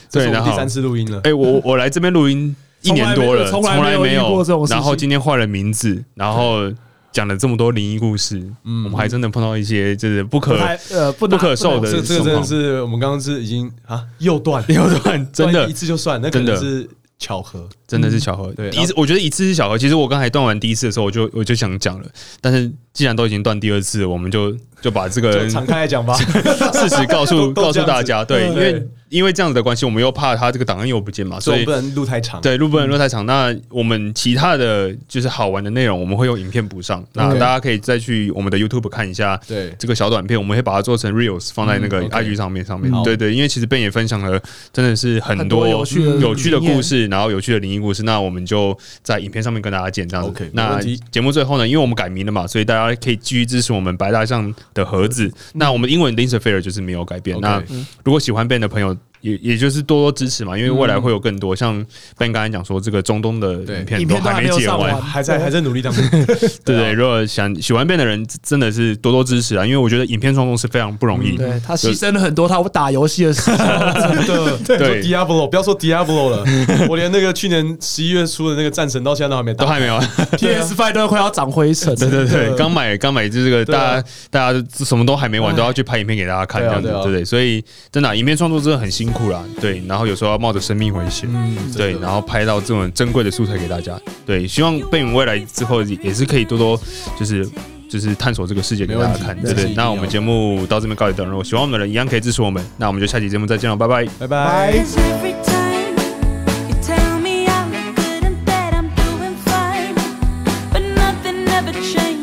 Speaker 1: 这
Speaker 2: 对，
Speaker 1: 是我
Speaker 2: 然
Speaker 1: 们
Speaker 2: 后
Speaker 1: 第三次录音了
Speaker 2: 哎、，我我来这边录音一年多了，
Speaker 3: 从
Speaker 2: 从
Speaker 3: 来没
Speaker 2: 来没
Speaker 3: 从来没有遇过这种事情
Speaker 2: 然后今天换了名字，然后讲了这么多灵异故事，
Speaker 1: 嗯
Speaker 2: 我们还真的碰到一些就是不可
Speaker 3: 不太呃不
Speaker 2: 不可受的
Speaker 1: 这这
Speaker 2: 情
Speaker 1: 个真
Speaker 2: 况
Speaker 1: 的是我们刚刚是已经啊又 断
Speaker 2: 有段真
Speaker 1: 断一
Speaker 2: 的
Speaker 1: 次就算，那可
Speaker 2: 真的
Speaker 1: 能是巧合。
Speaker 2: 真
Speaker 3: 嗯
Speaker 2: 的是巧合。
Speaker 3: 啊
Speaker 1: 对
Speaker 2: 第一次我觉得一次是巧合。其实我刚才断完第一次的时候，我就我就想讲了，但是既然都已经断第二次了，我们就就把这个
Speaker 1: 就敞开来讲吧，
Speaker 2: 事实告诉
Speaker 1: 都都
Speaker 2: 告
Speaker 1: 这
Speaker 2: 诉
Speaker 1: 样子
Speaker 2: 大家。对，
Speaker 3: 嗯
Speaker 2: 因为
Speaker 1: 对
Speaker 2: 因为这样子的关系，我们又怕他这个档案又不见嘛，
Speaker 1: 所 以
Speaker 2: 所以
Speaker 1: 我们不能录太长。
Speaker 2: 对，录不能录太长。那我们其他的就是好玩的内容，我们会用影片补上。那大家可以再去我们的 YouTube 看一下
Speaker 1: 对，
Speaker 2: 这个小短片，我们会把它做成 Reels 放在那个
Speaker 1: 嗯，OK
Speaker 2: IG 上面上面。
Speaker 1: 好
Speaker 2: 对对，因为其实 Ben 也分享了真的是很嗯
Speaker 3: 很多有趣的
Speaker 2: 有趣的
Speaker 3: 经验
Speaker 2: 故事，然后有趣的灵异故事。那我们就在影片上面跟大家见这样子。
Speaker 1: OK，没
Speaker 2: 那
Speaker 1: 问题
Speaker 2: 节目最后呢，因为我们改名了嘛，所以大家可以继续支持我们白大象的盒子。那我们英文 Linser Fair 就是没有改
Speaker 1: 嗯
Speaker 2: 变。
Speaker 1: OK 嗯
Speaker 2: 那如果喜欢 Ben 的朋友，也也就是多多支持嘛，因为未来会有更多、像 Ben 刚才讲说，这个中东的
Speaker 1: 对
Speaker 2: 影片
Speaker 3: 影
Speaker 2: 都
Speaker 3: 片都
Speaker 2: 还
Speaker 3: 还
Speaker 2: 没
Speaker 3: 没有
Speaker 2: 解
Speaker 3: 上
Speaker 2: 完
Speaker 3: 完，
Speaker 1: 还在还在努力当中。啊
Speaker 2: 对对，如果想喜欢 Ben 的人，真的是多多支持啊，因为我觉得影片创作是非常不容
Speaker 1: 嗯
Speaker 2: 易。
Speaker 3: 对他牺牲了很多他打游戏的 时
Speaker 2: 啊
Speaker 3: 间，
Speaker 1: 真的，
Speaker 2: 对
Speaker 1: 对，Diablo，不要说 Diablo 了，我连那个去年十一月出的那个战神到现在都还没
Speaker 2: 都
Speaker 1: 打。
Speaker 2: 还没有，
Speaker 3: PS Five 都快要长灰尘了。
Speaker 2: 对对
Speaker 1: 真
Speaker 2: 对，
Speaker 1: 的
Speaker 2: 刚买刚买这个，
Speaker 1: 对啊
Speaker 2: 大家大家什么都还没玩，
Speaker 3: 哎
Speaker 2: 都要去拍影片给大家看，这
Speaker 1: 对啊
Speaker 2: 样子，
Speaker 1: 对啊
Speaker 2: 对对，所以真的啊，影片创作真的很辛苦啦，对，然后有时候要冒着生命危险，
Speaker 1: 嗯
Speaker 2: 对，然后拍到这种珍贵的素材给大家，对，希望贝影未来之后也是可以多多就是。就是探索这个世界给大家看，
Speaker 1: 没
Speaker 2: 对
Speaker 1: 问题
Speaker 2: 对。
Speaker 1: 这是一定
Speaker 2: 那我们
Speaker 1: 要的
Speaker 2: 节目到这边告一段落，喜欢我们的人一样可以支持我们。那我们就下期节目再见了，拜拜。
Speaker 1: 拜拜。
Speaker 4: Cause every time you tell me I look good and that I'm doing fine, but nothing ever changes.